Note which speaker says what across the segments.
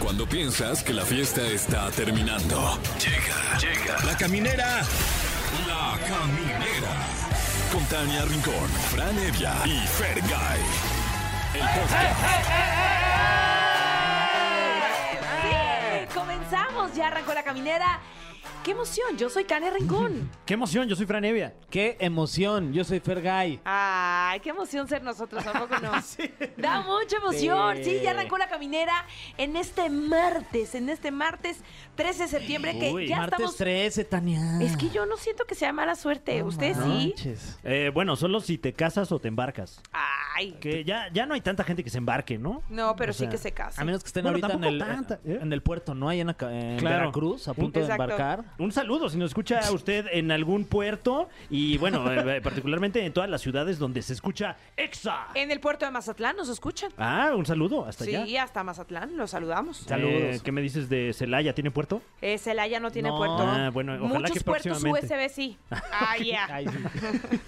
Speaker 1: Cuando piensas que la fiesta está terminando. Llega, llega. La caminera. La caminera. Con Tania Rincón, Fran Evia y Fer El podcast.
Speaker 2: Sí, comenzamos, ya arrancó la caminera. ¡Qué emoción! Yo soy Tania Rincón.
Speaker 3: ¡Qué emoción! Yo soy Fran Evia.
Speaker 4: ¡Qué emoción! Yo soy Fergay.
Speaker 2: Ay, qué emoción ser nosotros, tampoco no. Da mucha emoción. Sí.
Speaker 4: Sí.
Speaker 2: ya arrancó la caminera en este martes, en este martes 13 de septiembre, que
Speaker 3: Uy,
Speaker 2: ya
Speaker 4: Martes
Speaker 2: estamos.
Speaker 4: 13, Tania.
Speaker 2: Es que yo no siento que sea mala suerte. ¿Ustedes sí?
Speaker 4: Manches.
Speaker 3: Eh, bueno, solo si te casas o te embarcas.
Speaker 2: Ay.
Speaker 3: Que ya, ya no hay tanta gente que se embarque, ¿no?
Speaker 2: No, pero
Speaker 3: O sea,
Speaker 2: Ah, sí que se casa.
Speaker 4: A menos que estén
Speaker 3: Bueno,
Speaker 4: ahorita en el,
Speaker 3: tampoco tanta, ¿eh?
Speaker 4: en el puerto, ¿no? Ahí en, Aca- en
Speaker 3: Claro.
Speaker 4: Veracruz, a punto
Speaker 2: Exacto.
Speaker 4: de embarcar.
Speaker 3: Un saludo si nos escucha usted en algún puerto y bueno, eh, particularmente en todas las ciudades donde se escucha EXA.
Speaker 2: En el puerto de Mazatlán nos escuchan.
Speaker 3: Ah, un saludo hasta allá.
Speaker 2: Eh. Sí, eh. hasta Mazatlán, los saludamos.
Speaker 3: Eh,
Speaker 4: Saludos.
Speaker 3: ¿Qué me dices de Celaya? ¿Tiene puerto?
Speaker 2: Eh, Celaya no tiene
Speaker 4: No.
Speaker 2: puerto.
Speaker 3: Ah, bueno, ojalá
Speaker 2: Muchos
Speaker 3: que
Speaker 2: puertos
Speaker 3: próximamente.
Speaker 2: USB sí. Ah, ya.
Speaker 4: Ay, sí.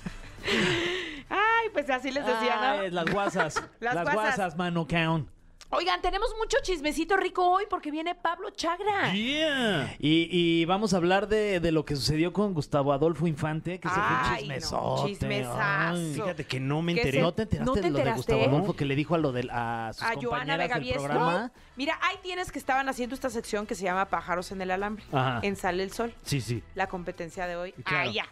Speaker 2: Ay, pues así les decía, ¿no?
Speaker 4: Ay, las guasas.
Speaker 2: Las
Speaker 4: las
Speaker 2: guasas.
Speaker 4: guasas, mano count.
Speaker 2: Oigan, tenemos mucho chismecito rico hoy porque viene Pablo Chagra.
Speaker 3: Yeah.
Speaker 4: Y, y vamos a hablar de, de lo que sucedió con Gustavo Adolfo Infante, que se fue un
Speaker 2: Ay, no,
Speaker 4: chismesote.
Speaker 2: chismesazo.
Speaker 4: Ay,
Speaker 3: Fíjate que no me
Speaker 2: ¿Qué
Speaker 3: enteré.
Speaker 2: se-
Speaker 4: ¿No te enteraste
Speaker 2: ¿No te
Speaker 4: de lo de Gustavo
Speaker 2: enteraste?
Speaker 4: Adolfo que le dijo a lo del a sus
Speaker 2: A Joana
Speaker 4: compañeras
Speaker 2: Vega
Speaker 4: del
Speaker 2: Bies.
Speaker 4: programa?
Speaker 2: No, Mira, ahí tienes que estaban haciendo esta sección que se llama Pájaros en el Alambre.
Speaker 3: Ajá.
Speaker 2: En Sale el Sol.
Speaker 3: Sí, sí.
Speaker 2: La competencia de hoy.
Speaker 3: Claro.
Speaker 2: Ah, ya.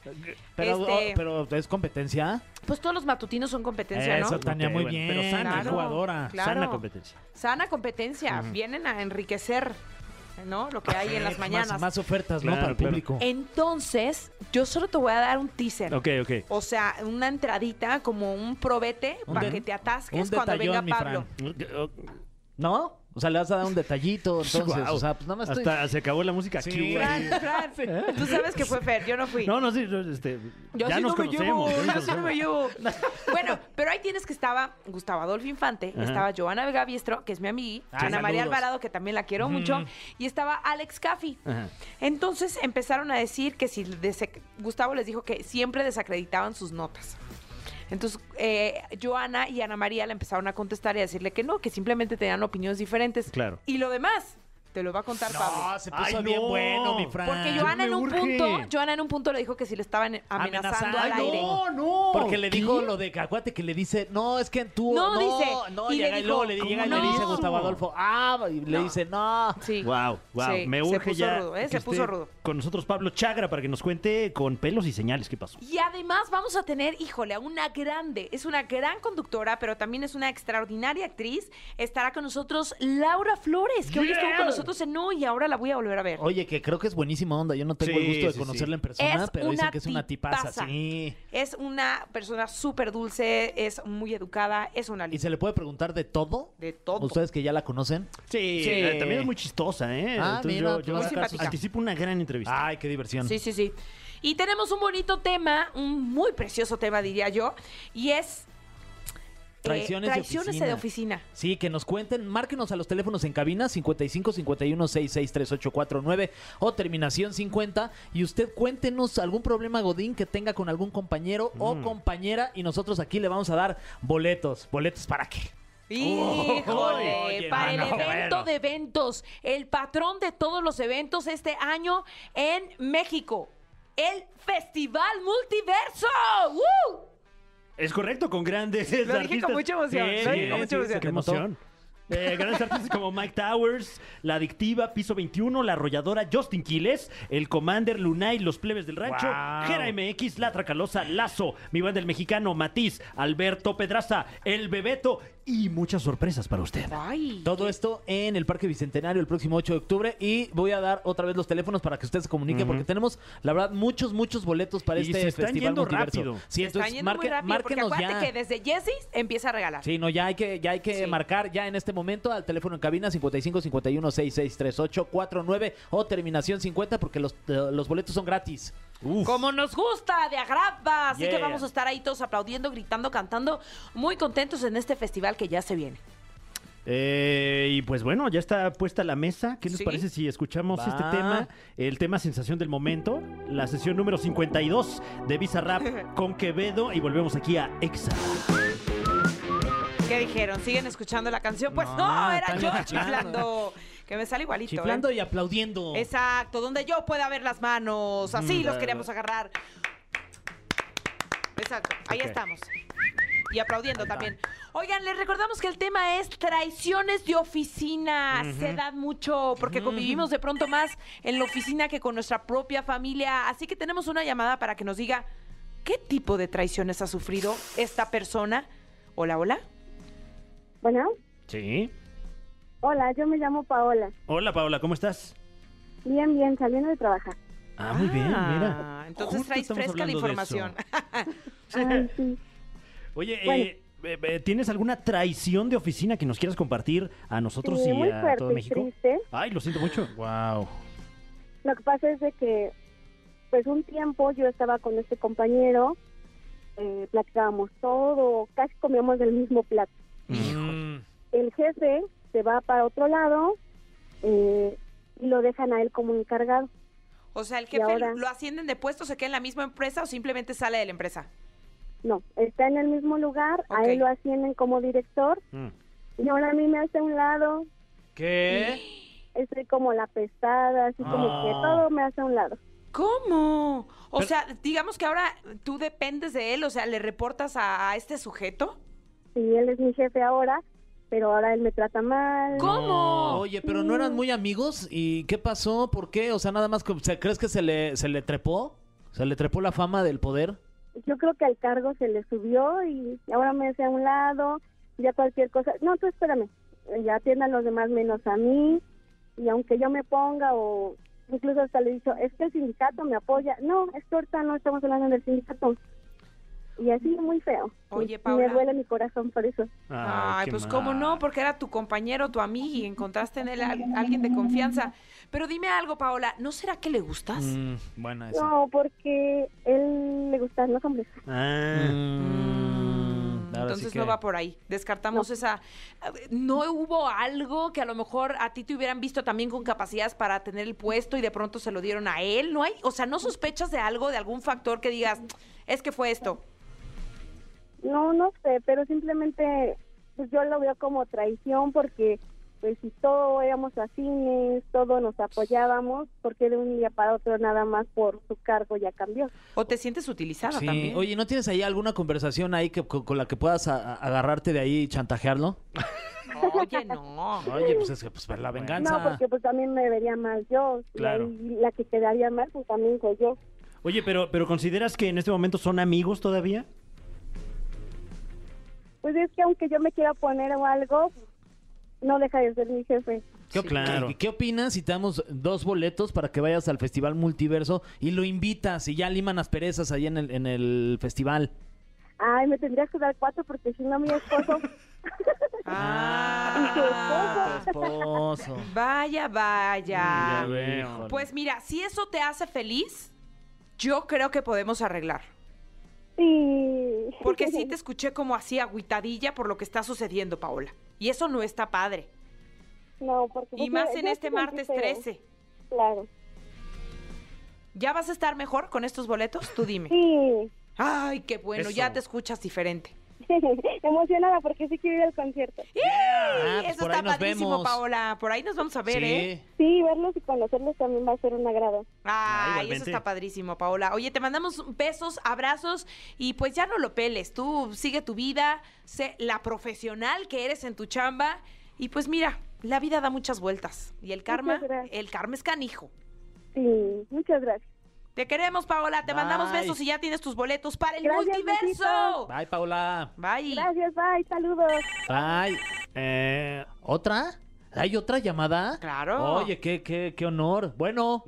Speaker 4: Pero,
Speaker 2: Este-
Speaker 4: oh, pero es competencia.
Speaker 2: Pues todos los matutinos son competencia,
Speaker 4: Eso,
Speaker 2: ¿no?
Speaker 4: Tania,
Speaker 3: Ok,
Speaker 4: muy
Speaker 3: bueno,
Speaker 4: bien.
Speaker 3: pero sana,
Speaker 2: Claro,
Speaker 4: jugadora.
Speaker 2: claro.
Speaker 3: Sana competencia.
Speaker 2: Sana competencia. Vienen a enriquecer, ¿no? Lo que hay en las
Speaker 4: Más-
Speaker 2: mañanas.
Speaker 4: Más, ofertas,
Speaker 3: Claro,
Speaker 4: ¿no? Para el
Speaker 3: claro.
Speaker 4: público.
Speaker 2: Entonces, yo solo te voy a dar un teaser.
Speaker 3: Ok, ok.
Speaker 2: O sea, una entradita, como un probete
Speaker 4: Un
Speaker 2: para
Speaker 4: de-
Speaker 2: que te atasques
Speaker 4: un
Speaker 2: cuando
Speaker 4: detallón,
Speaker 2: venga
Speaker 4: mi
Speaker 2: Pablo.
Speaker 4: Fran.
Speaker 3: Entonces,
Speaker 4: ¿No? O sea, le vas a dar un detallito, entonces. O sea, pues nada más estoy...
Speaker 3: Hasta se acabó la música
Speaker 4: Sí.
Speaker 3: aquí. güey.
Speaker 2: Fran, Fran, tú sabes que fue Fer, yo ¿Eh? no fui.
Speaker 3: No, no, sí, no, este,
Speaker 2: Yo
Speaker 3: ya
Speaker 2: sí
Speaker 3: nos
Speaker 2: no me llevo,
Speaker 3: conocemos. ya
Speaker 2: yo
Speaker 3: nos
Speaker 2: sí no me
Speaker 3: conocemos.
Speaker 2: llevo. Bueno, pero ahí tienes que estaba Gustavo Adolfo Infante,
Speaker 3: Ajá.
Speaker 2: estaba Joana Vega Biestro, que es mi amiga,
Speaker 4: Ah,
Speaker 2: Ana María
Speaker 4: saludos.
Speaker 2: Alvarado, que también la quiero mucho, y estaba Alex Caffi.
Speaker 3: Ajá.
Speaker 2: Entonces empezaron a decir que si dese- Gustavo les dijo que siempre desacreditaban sus notas. Entonces, eh, Joana y Ana María le empezaron a contestar y a decirle que no, que simplemente tenían opiniones diferentes.
Speaker 3: Claro.
Speaker 2: Y lo demás, te lo va a contar Pablo.
Speaker 4: se
Speaker 3: Ay, no.
Speaker 4: Fran.
Speaker 2: Porque Joana en
Speaker 3: me
Speaker 2: un
Speaker 3: urge.
Speaker 2: punto, Joana en un punto le dijo que si le estaban amenazando, al
Speaker 4: Ay,
Speaker 2: aire.
Speaker 4: no, no. Porque le dijo lo de Cacuate que le dice, no, es que tú.
Speaker 2: No,
Speaker 4: No,
Speaker 2: dice.
Speaker 4: No,
Speaker 2: Y
Speaker 4: y
Speaker 2: le
Speaker 4: llega y
Speaker 2: dijo,
Speaker 4: luego le llega y le
Speaker 2: "No".
Speaker 4: dice a Gustavo Adolfo, ah, y le
Speaker 2: No.
Speaker 4: dice, no.
Speaker 2: Sí.
Speaker 3: Wow, wow.
Speaker 2: Sí,
Speaker 3: me
Speaker 2: se
Speaker 3: urge
Speaker 2: puso
Speaker 3: ya.
Speaker 2: rudo, ¿eh?
Speaker 3: que
Speaker 2: Se
Speaker 3: esté
Speaker 2: puso rudo.
Speaker 3: Con nosotros Pablo Chagra para que nos cuente con pelos y señales qué pasó.
Speaker 2: Y además vamos a tener, híjole, a una grande, es una gran conductora, pero también es una extraordinaria actriz. Estará con nosotros Laura Flores, que hoy
Speaker 3: Yeah.
Speaker 2: estuvo con nosotros en No y ahora la voy a volver a ver.
Speaker 4: Oye, que creo que es buenísima onda. Yo no tengo
Speaker 3: Sí,
Speaker 4: el gusto
Speaker 3: sí,
Speaker 4: de
Speaker 3: sí.
Speaker 4: conocerla en persona,
Speaker 2: Es
Speaker 4: pero
Speaker 2: una
Speaker 4: dicen que es una tipaza.
Speaker 2: tipaza.
Speaker 4: Sí.
Speaker 2: Es una persona súper dulce, es muy educada, es una
Speaker 4: ¿Y
Speaker 2: linda.
Speaker 4: se le puede preguntar de todo?
Speaker 2: De todo.
Speaker 4: Ustedes que ya la conocen.
Speaker 3: Sí,
Speaker 4: Sí.
Speaker 3: eh, también es muy chistosa, ¿eh?
Speaker 4: Ah,
Speaker 3: Entonces
Speaker 4: mira,
Speaker 3: yo-
Speaker 4: pues
Speaker 3: yo,
Speaker 4: va a
Speaker 2: Muy sacar sus- simpática.
Speaker 3: anticipo una gran entrevista.
Speaker 4: Ay, qué diversión.
Speaker 2: Sí, sí, sí. Y tenemos un bonito tema, un muy precioso tema, diría yo, y es... eh,
Speaker 4: Traiciones de
Speaker 2: traiciones de
Speaker 4: oficina.
Speaker 2: oficina.
Speaker 4: Sí, que nos cuenten, márquenos a los teléfonos en cabina 55 51 66 3849 o terminación 50 y usted cuéntenos algún problema godín que tenga con algún compañero
Speaker 3: Mm.
Speaker 4: o compañera y nosotros aquí le vamos a dar boletos, boletos para qué.
Speaker 2: Híjole,
Speaker 3: Oye,
Speaker 2: para el
Speaker 3: mano,
Speaker 2: evento
Speaker 3: bueno.
Speaker 2: de eventos, el patrón de todos los eventos este año en México, el Festival Multiverso. ¡Woo!
Speaker 3: Es correcto, con grandes
Speaker 2: dije con
Speaker 3: artistas.
Speaker 2: mucha emoción, lo dije con mucha emoción.
Speaker 3: qué
Speaker 4: Se notó.
Speaker 3: emoción. Eh, grandes artistas como Mike Towers, La Adictiva, Piso 21, La Arrolladora, Justin Quiles, El Commander, Lunay, Los Plebes del Rancho,
Speaker 4: Guau.
Speaker 3: Jera MX, La Tracalosa, Lazo, Mi Banda el Mexicano, Matiz, Alberto Pedraza, El Bebeto y muchas sorpresas para usted.
Speaker 2: Ay.
Speaker 4: Todo esto en el Parque Bicentenario el próximo 8 de octubre y voy a dar otra vez los teléfonos para que usted se comunique porque tenemos, la verdad, muchos, muchos boletos para
Speaker 3: Y
Speaker 4: este
Speaker 3: se están
Speaker 4: festival
Speaker 3: yendo
Speaker 4: multiverso.
Speaker 3: rápido.
Speaker 4: Sí,
Speaker 2: Está
Speaker 4: entonces
Speaker 2: yendo muy
Speaker 4: marque-
Speaker 2: rápido porque
Speaker 4: márquenos
Speaker 2: acuérdate
Speaker 4: ya.
Speaker 2: que desde Jessys empieza a regalar.
Speaker 4: Sí, no, ya hay que, ya hay que
Speaker 2: Sí.
Speaker 4: marcar ya en este momento al teléfono en cabina 55 51 6638 49 o terminación 50 porque los, eh, los boletos son gratis.
Speaker 3: Uf.
Speaker 2: Como nos gusta, de agrapa. Así que
Speaker 3: Yeah.
Speaker 2: vamos a estar ahí todos aplaudiendo, gritando, cantando, muy contentos en este festival que ya se viene.
Speaker 3: Eh, y pues bueno, ya está puesta la mesa. ¿Qué les
Speaker 2: Sí.
Speaker 3: parece si escuchamos
Speaker 4: Va.
Speaker 3: este tema? El tema sensación del momento, la sesión número 52 de Visa Rap con Quevedo y volvemos aquí a Exa.
Speaker 2: ¿Qué dijeron? ¿Siguen escuchando la canción? Pues no,
Speaker 4: No,
Speaker 2: era
Speaker 4: están
Speaker 2: yo
Speaker 4: chiflando.
Speaker 2: chiflando. Que me sale igualito. ¿eh?
Speaker 4: Chiflando y aplaudiendo.
Speaker 2: Exacto, donde yo pueda ver las manos. Así los queríamos agarrar. Exacto, ahí
Speaker 3: Ok.
Speaker 2: estamos. Y aplaudiendo también. Oigan, les recordamos que el tema es traiciones de oficina. Se dan mucho porque convivimos de pronto más en la oficina que con nuestra propia familia. Así que tenemos una llamada para que nos diga qué tipo de traiciones ha sufrido esta persona. Hola, hola.
Speaker 5: Bueno,
Speaker 3: Sí.
Speaker 5: hola, yo me llamo Paola.
Speaker 3: Hola, Paola, ¿cómo estás?
Speaker 5: Bien, bien, saliendo de trabajar.
Speaker 3: Ah, muy bien,
Speaker 2: Ah,
Speaker 3: mira.
Speaker 2: Entonces
Speaker 3: Justo
Speaker 2: traes
Speaker 3: estamos
Speaker 2: fresca la
Speaker 3: hablando de eso.
Speaker 2: información.
Speaker 5: Ay, sí.
Speaker 3: Oye,
Speaker 5: Bueno.
Speaker 3: eh, eh, eh, ¿tienes alguna traición de oficina que nos quieras compartir a nosotros
Speaker 5: Sí,
Speaker 3: y
Speaker 5: muy
Speaker 3: a
Speaker 5: fuerte
Speaker 3: todo
Speaker 5: y
Speaker 3: México?
Speaker 5: triste.
Speaker 3: Ay, lo siento mucho. Wow.
Speaker 5: Lo que pasa es de que, pues un tiempo yo estaba con este compañero, eh, platicábamos todo, casi comíamos del mismo plato. El jefe se va para otro lado eh, y lo dejan a él como encargado.
Speaker 2: O sea, el
Speaker 5: ¿Y
Speaker 2: jefe
Speaker 5: ahora?
Speaker 2: lo ascienden de puesto, se queda en la misma empresa o simplemente sale de la empresa.
Speaker 5: No, está en el mismo lugar, a
Speaker 2: Ok.
Speaker 5: él lo ascienden como director
Speaker 3: Mm.
Speaker 5: y ahora a mí me hace a un lado,
Speaker 4: ¿Qué?
Speaker 5: estoy como la pestada, así como que
Speaker 3: Ah.
Speaker 5: todo me hace a un lado.
Speaker 2: ¿Cómo? O sea, digamos que ahora tú dependes de él, o sea, le reportas a, a este sujeto.
Speaker 5: Sí, él es mi jefe ahora, pero ahora él me trata mal.
Speaker 2: ¿Cómo?
Speaker 4: Oye, pero no
Speaker 2: Mm.
Speaker 4: eran muy amigos. ¿Y qué pasó? ¿Por qué? O sea, nada más, que- o sea, ¿crees que se le, se le trepó? ¿Se le trepó la fama del poder?
Speaker 5: Yo creo que al cargo se le subió y ahora me hace a un lado, ya cualquier cosa. No, tú espérame, ya atiendan los demás menos a mí. Y aunque yo me ponga o incluso hasta le he dicho, es que el sindicato me apoya. No, es que ahorita no estamos hablando del sindicato. Y así muy feo.
Speaker 2: Oye,
Speaker 5: Y
Speaker 2: Paula.
Speaker 5: Me duele mi corazón por eso.
Speaker 3: Ah,
Speaker 2: Ay, pues cómo no, porque era tu compañero, tu amigo y encontraste en él a alguien de confianza. Pero dime algo, Paola, ¿no será que le gustas?
Speaker 4: Mm, buena esa.
Speaker 5: No, porque él le gustan los hombres.
Speaker 3: Ah,
Speaker 4: Mm, ahora sí
Speaker 2: Entonces
Speaker 4: que-
Speaker 2: no va por ahí. Descartamos esa. ¿No hubo algo que a lo mejor a ti te hubieran visto también con capacidades para tener el puesto y de pronto se lo dieron a él? ¿No hay? O sea, ¿no sospechas de algo, de algún factor que digas, es que fue esto?
Speaker 5: No, no sé, pero simplemente pues yo lo veo como traición porque pues si todos éramos afines, todos nos apoyábamos, porque de un día para otro nada más por su cargo ya cambió.
Speaker 2: ¿O te sientes utilizada
Speaker 4: Sí.
Speaker 2: también?
Speaker 4: Oye, ¿no tienes ahí alguna conversación ahí que, con, con la que puedas a- a- agarrarte de ahí y chantajearlo?
Speaker 2: Oye, no.
Speaker 3: Mm.
Speaker 4: Oye, pues es que pues, para la venganza.
Speaker 5: No, porque pues también me vería mal yo,
Speaker 3: Claro.
Speaker 5: y ahí la que quedaría mal pues también soy yo.
Speaker 3: Oye, pero, pero ¿consideras que en este momento son amigos todavía?
Speaker 5: Pues es que aunque yo me quiera poner o algo, pues, no deja de ser mi jefe.
Speaker 4: ¿Qué,
Speaker 3: Sí,
Speaker 4: qué-
Speaker 3: claro.
Speaker 4: ¿qué, opinas si te damos dos boletos para que vayas al Festival Multiverso y lo invitas y ya liman las perezas ahí en el, en el festival?
Speaker 5: Ay, me tendrías que dar cuatro porque si no mi esposo,
Speaker 2: Ah.
Speaker 4: Tu esposo.
Speaker 2: Vaya,
Speaker 4: Mm,
Speaker 3: Ah,
Speaker 2: vaya.
Speaker 3: veo.
Speaker 2: Pues mira, si eso te hace feliz, yo creo que podemos arreglar.
Speaker 5: sí.
Speaker 2: Porque sí te escuché como así agüitadilla por lo que está sucediendo, Paola. Y eso no está padre.
Speaker 5: No, porque
Speaker 2: Y
Speaker 5: pues,
Speaker 2: más
Speaker 5: yo-
Speaker 2: en
Speaker 5: yo
Speaker 2: este
Speaker 5: sí sentí
Speaker 2: martes
Speaker 5: feo.
Speaker 2: 13.
Speaker 5: Claro.
Speaker 2: ¿Ya vas a estar mejor con estos boletos? Tú dime.
Speaker 5: Sí,
Speaker 2: Ay, qué bueno, ya
Speaker 3: Eso.
Speaker 2: te escuchas diferente.
Speaker 5: emocionada porque sí quiero ir al concierto.
Speaker 4: Ah,
Speaker 2: Y
Speaker 4: pues
Speaker 2: eso
Speaker 4: por
Speaker 2: está
Speaker 4: ahí nos
Speaker 2: padrísimo,
Speaker 4: vemos.
Speaker 2: Paola. Por ahí nos vamos a ver, ¿eh?
Speaker 4: Sí.
Speaker 5: Sí, verlos y conocerlos también va a ser un agrado.
Speaker 4: Ah,
Speaker 2: Ay, eso
Speaker 3: igualmente.
Speaker 2: está padrísimo, Paola. Oye, te mandamos besos, abrazos y pues ya no lo peles. Tú sigue tu vida, sé la profesional que eres en tu chamba y pues mira, la vida da muchas vueltas y el karma,
Speaker 5: Muchas gracias.
Speaker 2: el karma es canijo.
Speaker 5: Sí, muchas gracias.
Speaker 2: Te queremos, Paola. Te mandamos
Speaker 4: Bye.
Speaker 2: besos y ya tienes tus boletos para el
Speaker 5: Gracias,
Speaker 2: multiverso.
Speaker 5: besitos.
Speaker 4: Bye, Paula.
Speaker 2: Bye.
Speaker 5: Gracias, bye, saludos.
Speaker 4: Bye. Eh, ¿Otra? ¿Hay otra llamada?
Speaker 2: Claro.
Speaker 4: Oye, qué, qué, qué honor. Bueno,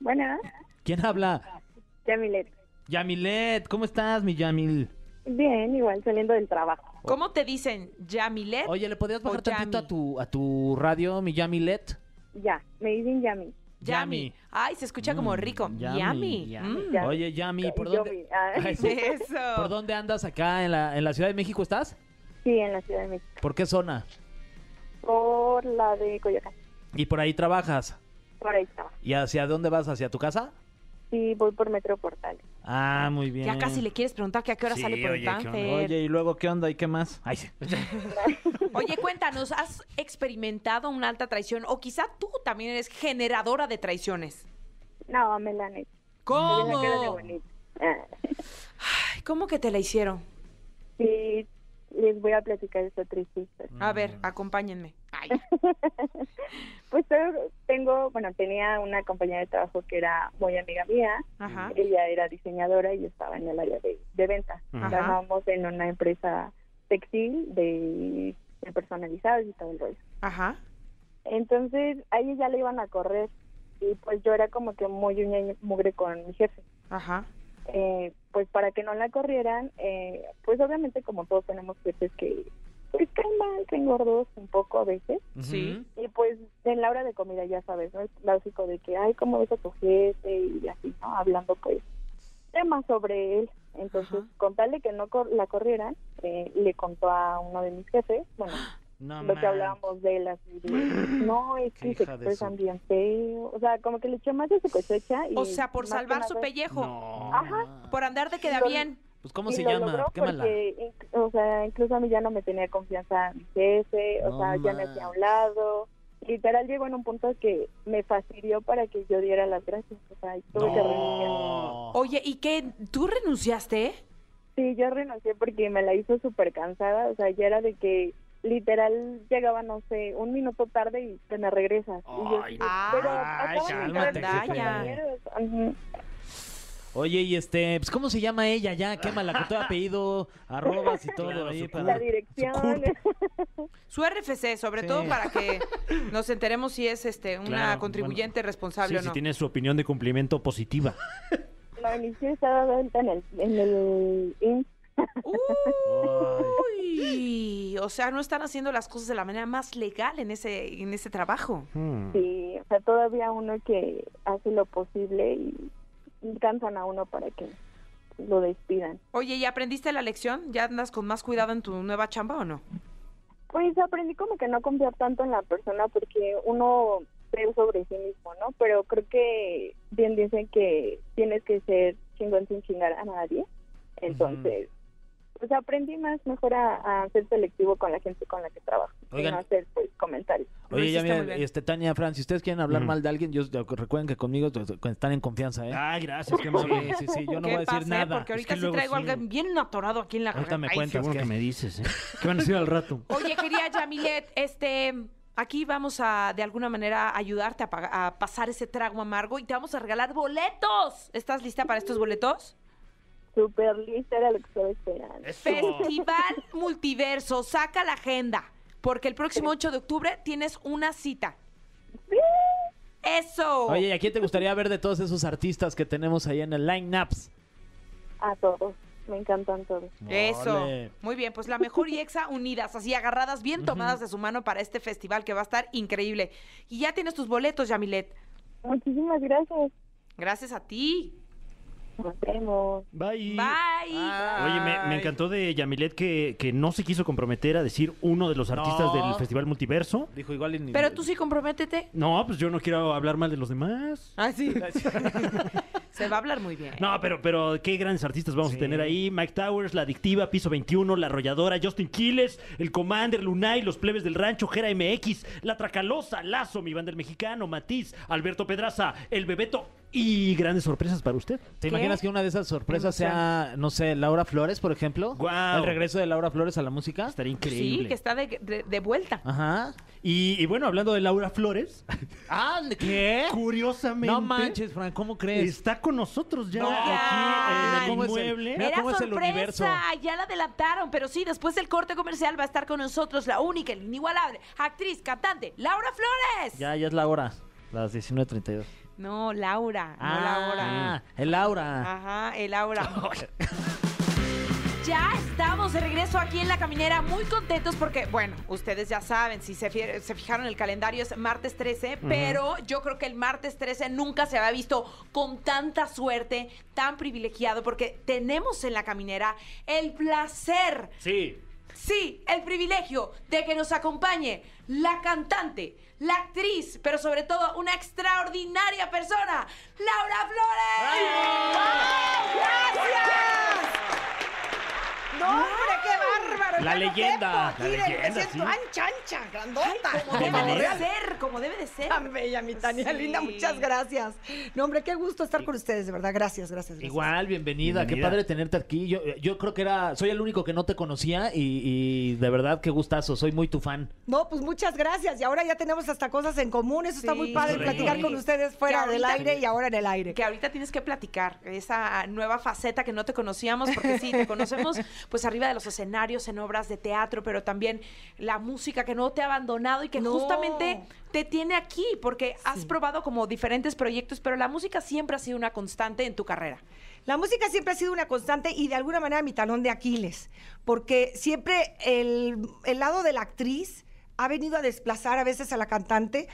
Speaker 5: Bueno,
Speaker 4: ¿quién habla?
Speaker 5: Yamilet.
Speaker 4: Yamilet, ¿cómo estás, mi Yamil?
Speaker 5: Bien, igual saliendo del trabajo.
Speaker 2: ¿Cómo te dicen? ¿Yamilet?
Speaker 4: Oye, ¿le podrías bajar
Speaker 2: O
Speaker 4: tantito
Speaker 2: Yami.
Speaker 4: a tu, a tu radio, mi Yamilet?
Speaker 5: Ya, me dicen Yami.
Speaker 2: Yami.
Speaker 4: Yami.
Speaker 2: Ay, se escucha como
Speaker 4: Mm,
Speaker 2: rico. Yami. Mm.
Speaker 5: Yami.
Speaker 4: Oye, Yami, ¿por
Speaker 5: Yo-
Speaker 4: dónde?
Speaker 5: ah,
Speaker 4: Ay, sí.
Speaker 2: Eso.
Speaker 4: ¿Por dónde andas acá en la, en la Ciudad de México estás?
Speaker 5: Sí, en la Ciudad de México.
Speaker 4: ¿Por qué zona?
Speaker 5: Por la de Coyoacán.
Speaker 4: Y por ahí trabajas.
Speaker 5: Por ahí estaba.
Speaker 4: ¿Y hacia dónde vas? ¿Hacia tu casa?
Speaker 5: Sí, voy por Metro Portal.
Speaker 4: Ah, muy bien.
Speaker 2: Ya casi le quieres preguntar que a qué hora
Speaker 3: Sí,
Speaker 2: sale por
Speaker 3: oye,
Speaker 2: el
Speaker 3: ¿qué onda?
Speaker 2: cáncer.
Speaker 4: Oye, ¿y luego qué onda? ¿Y qué más? Ay, sí.
Speaker 2: Oye, cuéntanos, ¿has experimentado una alta traición? O quizá tú también eres generadora de traiciones.
Speaker 5: No, me la han hecho. Me la cara de
Speaker 2: ¿Cómo?
Speaker 5: bonita. Ah,
Speaker 2: Ay, ¿Cómo que te la hicieron?
Speaker 5: Sí, les voy a platicar esta triste historia.
Speaker 2: A
Speaker 4: Mm.
Speaker 2: ver, acompáñenme. Ay,
Speaker 5: Pues pero tengo, bueno, tenía una compañera de trabajo que era muy amiga mía.
Speaker 2: ajá.
Speaker 5: Ella era diseñadora y yo estaba en el área de, de ventas.
Speaker 3: Ajá.
Speaker 5: Trabajábamos en una empresa textil de, de personalizados y todo el rollo.
Speaker 2: Ajá.
Speaker 5: Entonces, a ella ya le iban a correr. Y pues yo era como que muy uña y mugre con mi jefe.
Speaker 2: Ajá.
Speaker 5: eh, pues para que no la corrieran, eh, pues obviamente como todos tenemos jefes que pues caen mal, caen gordos un poco a veces,
Speaker 2: Sí.
Speaker 5: y pues en la hora de comida ya sabes, ¿no? Es clásico de que, ay, ¿cómo ves a tu jefe? Y así, ¿no? Hablando pues temas sobre él. Entonces,
Speaker 2: Ajá.
Speaker 5: con tal de que no cor- la corrieran, eh, le contó a uno de mis jefes, bueno,
Speaker 3: No,
Speaker 5: lo
Speaker 3: man.
Speaker 5: que hablábamos de las no, es
Speaker 3: Qué
Speaker 5: que se
Speaker 3: hija de su-
Speaker 5: expresan bien feo, o sea, como que le echó más de su cosecha. Y
Speaker 2: O sea, por
Speaker 5: más que
Speaker 2: salvar su
Speaker 5: nada-
Speaker 2: pellejo.
Speaker 3: No.
Speaker 5: Ajá.
Speaker 2: Por andar de queda
Speaker 5: Lo-
Speaker 2: bien.
Speaker 4: Pues, ¿cómo
Speaker 5: Y
Speaker 4: se
Speaker 5: lo
Speaker 4: llama?
Speaker 5: logró
Speaker 4: Qué mala.
Speaker 5: porque inc- O sea, incluso a mí ya no me tenía confianza mi jefe, o
Speaker 4: No
Speaker 5: sea, ya me
Speaker 4: manches.
Speaker 5: hacía a un lado. Literal llegó en un punto que me fastidió para que yo diera las gracias, o sea, y tuve que renunciar.
Speaker 3: No.
Speaker 4: Oh.
Speaker 2: Oye, ¿y qué? ¿Tú renunciaste?
Speaker 5: Sí, yo renuncié porque me la hizo súper cansada, o sea, ya era de que literal llegaba, no sé, un minuto tarde y te me regresas. y yo,
Speaker 3: Ay,
Speaker 5: así,
Speaker 3: no.
Speaker 5: pero
Speaker 3: Ay,
Speaker 5: acaban de entrar
Speaker 4: cálmate,
Speaker 5: mis
Speaker 4: jefe.
Speaker 5: compañeros". Ujú.
Speaker 4: Oye, y este, pues, ¿cómo se llama ella ya? Qué mala, con todo apellido, arrobas y todo
Speaker 3: Claro,
Speaker 4: ahí
Speaker 3: su
Speaker 5: La
Speaker 4: para...
Speaker 5: dirección.
Speaker 2: Su RFC, sobre
Speaker 4: Sí.
Speaker 2: todo para que nos enteremos si es este una
Speaker 3: Claro,
Speaker 2: contribuyente responsable o
Speaker 3: Sí,
Speaker 2: no.
Speaker 3: si tienes su opinión de cumplimiento positiva.
Speaker 5: La inicié estaba vuelta en el, en el IMSS.
Speaker 2: Uy, o sea, no están haciendo las cosas de la manera más legal en ese en ese trabajo.
Speaker 3: Hmm.
Speaker 5: Sí, o sea, todavía uno que hace lo posible y y cansan a uno para que lo despidan.
Speaker 2: Oye, ¿y aprendiste la lección? ¿Ya andas con más cuidado en tu nueva chamba o no?
Speaker 5: Pues aprendí como que no confiar tanto en la persona porque uno cree sobre sí mismo, ¿no? Pero creo que bien dicen que tienes que ser chingón sin chingar a nadie. Entonces, pues aprendí más mejor a, a ser selectivo con la gente con la que trabajo. Y
Speaker 4: Oigan.
Speaker 5: no hacer pues comentarios.
Speaker 2: Lo
Speaker 4: Oye, ya
Speaker 2: hiciste muy
Speaker 4: miren,
Speaker 2: bien.
Speaker 4: este, Tania, Fran, si ustedes quieren hablar
Speaker 3: Mm.
Speaker 4: mal de alguien, yo, recuerden que conmigo pues, están en confianza, ¿eh?
Speaker 3: Ay, gracias, qué
Speaker 4: Sí,
Speaker 3: amable.
Speaker 4: sí, sí, yo no
Speaker 2: Ah. ¿Qué
Speaker 4: voy a decir
Speaker 2: pasa, eh?
Speaker 4: nada.
Speaker 2: Porque
Speaker 3: Es
Speaker 2: ahorita
Speaker 3: que
Speaker 2: sí
Speaker 3: luego
Speaker 2: traigo
Speaker 3: sí.
Speaker 2: algo bien atorado aquí en la
Speaker 4: Ahorita
Speaker 2: garganta.
Speaker 4: me
Speaker 2: Ay,
Speaker 4: cuentas.
Speaker 3: Seguro
Speaker 4: ¿qué?
Speaker 3: que me dices, ¿eh? ¿Qué van a decir al rato?
Speaker 2: Oye, querida Yamilet, este, aquí vamos a de alguna manera ayudarte a, pag- a pasar ese trago amargo y te vamos a regalar boletos. ¿Estás lista para estos boletos?
Speaker 5: Súper lista era lo que estaba esperando.
Speaker 2: Festival Multiverso, saca la agenda, porque el próximo 8 de octubre tienes una cita. Eso.
Speaker 4: Oye, ¿y a quién te gustaría ver de todos esos artistas que tenemos ahí en el line-ups?
Speaker 5: A todos, me encantan todos.
Speaker 2: Eso.
Speaker 4: Ole.
Speaker 2: Muy bien, pues la mejor y Exa unidas, así agarradas, bien tomadas de su mano para este festival que va a estar increíble. Y ya tienes tus boletos, Yamilet.
Speaker 5: Muchísimas gracias.
Speaker 2: Gracias a ti.
Speaker 5: Nos vemos.
Speaker 3: Bye.
Speaker 2: Bye.
Speaker 3: Oye, me, me encantó de Yamilet que, que no se quiso comprometer a decir uno de los artistas
Speaker 4: No.
Speaker 3: del Festival Multiverso.
Speaker 4: Dijo igual y ni-
Speaker 2: Pero tú sí comprométete.
Speaker 3: No, pues yo no quiero hablar mal de los demás.
Speaker 2: Ah, sí. Se va a hablar muy bien.
Speaker 3: No, pero, pero qué grandes artistas vamos a tener ahí. Mike Towers, La Adictiva, Piso 21, La Arrolladora, Justin Quiles, El Commander, Lunay, Los Plebes del Rancho, Jera MX, La Tracalosa, Lazo, Mi Banda el Mexicano, Matiz, Alberto Pedraza, El Bebeto y grandes sorpresas para usted.
Speaker 4: ¿Te
Speaker 2: ¿Qué?
Speaker 4: imaginas que una de esas sorpresas sea, no sé, Laura Flores, por ejemplo?
Speaker 3: Guau.
Speaker 4: El regreso de Laura Flores a la música.
Speaker 3: Estaría increíble.
Speaker 2: Sí, que está de, de- de vuelta.
Speaker 4: Ajá.
Speaker 3: y, y bueno, hablando de Laura Flores,
Speaker 4: Ah, ¿qué?
Speaker 3: curiosamente...
Speaker 4: No manches, Frank, ¿cómo crees?
Speaker 3: Está con nosotros ya
Speaker 4: No,
Speaker 3: aquí en el
Speaker 2: ¿cómo
Speaker 4: es el-
Speaker 3: inmueble.
Speaker 4: Mira
Speaker 2: Era
Speaker 4: cómo es el
Speaker 2: sorpresa,
Speaker 4: universo.
Speaker 2: ya la adelantaron, pero sí, después del corte comercial va a estar con nosotros la única, la inigualable, actriz, cantante, Laura Flores.
Speaker 4: Ya, ya es la hora. Las 19.32.
Speaker 2: No, Laura, no Ah.
Speaker 4: Ah,
Speaker 2: Laura.
Speaker 4: el Laura.
Speaker 2: Ajá, el Laura. Ya estamos de regreso aquí en la caminera, muy contentos porque, bueno, ustedes ya saben, si se, fie- se fijaron el calendario es martes 13, pero yo creo que el martes 13 nunca se había visto con tanta suerte, tan privilegiado, porque tenemos en la caminera el placer,
Speaker 3: Sí.
Speaker 2: sí, el privilegio de que nos acompañe la cantante, la actriz, pero sobre todo una extraordinaria persona, Laura Flores. ¡Wow! ¡Gracias!
Speaker 6: No, hombre, qué bárbaro.
Speaker 3: La
Speaker 6: ya no
Speaker 3: leyenda,
Speaker 6: quepo
Speaker 3: la
Speaker 6: Aquí de- me
Speaker 3: leyenda,
Speaker 6: siento
Speaker 3: sí.
Speaker 6: ay, chancha, grandota.
Speaker 2: Como
Speaker 6: como
Speaker 2: debe de
Speaker 6: real.
Speaker 2: ser, como debe de ser.
Speaker 6: Tan bella, mi Tania
Speaker 2: Sí.
Speaker 6: linda, muchas gracias. No, hombre, qué gusto estar con ustedes, de verdad. Gracias, gracias. gracias.
Speaker 4: Igual, bienvenida. Qué
Speaker 3: Bienvenida.
Speaker 4: padre tenerte aquí. Yo, yo creo que era. Soy el único que no te conocía y, y de verdad, qué gustazo. Soy muy tu fan.
Speaker 6: No, pues muchas gracias. Y ahora ya tenemos hasta cosas en común. Eso está
Speaker 2: Sí,
Speaker 6: muy padre,
Speaker 3: correcto.
Speaker 6: platicar con ustedes fuera
Speaker 2: Que
Speaker 6: del
Speaker 2: ahorita-
Speaker 6: aire y ahora en el aire.
Speaker 2: Que ahorita tienes que platicar esa nueva faceta que no te conocíamos, porque sí, te conocemos pues arriba de los escenarios, en obras de teatro, pero también la música que no te ha abandonado y que
Speaker 6: No.
Speaker 2: justamente te tiene aquí, porque has probado como diferentes proyectos, pero la música siempre ha sido una constante en tu carrera.
Speaker 6: La música siempre ha sido una constante y de alguna manera mi talón de Aquiles, porque siempre el, el lado de la actriz ha venido a desplazar a veces a la cantante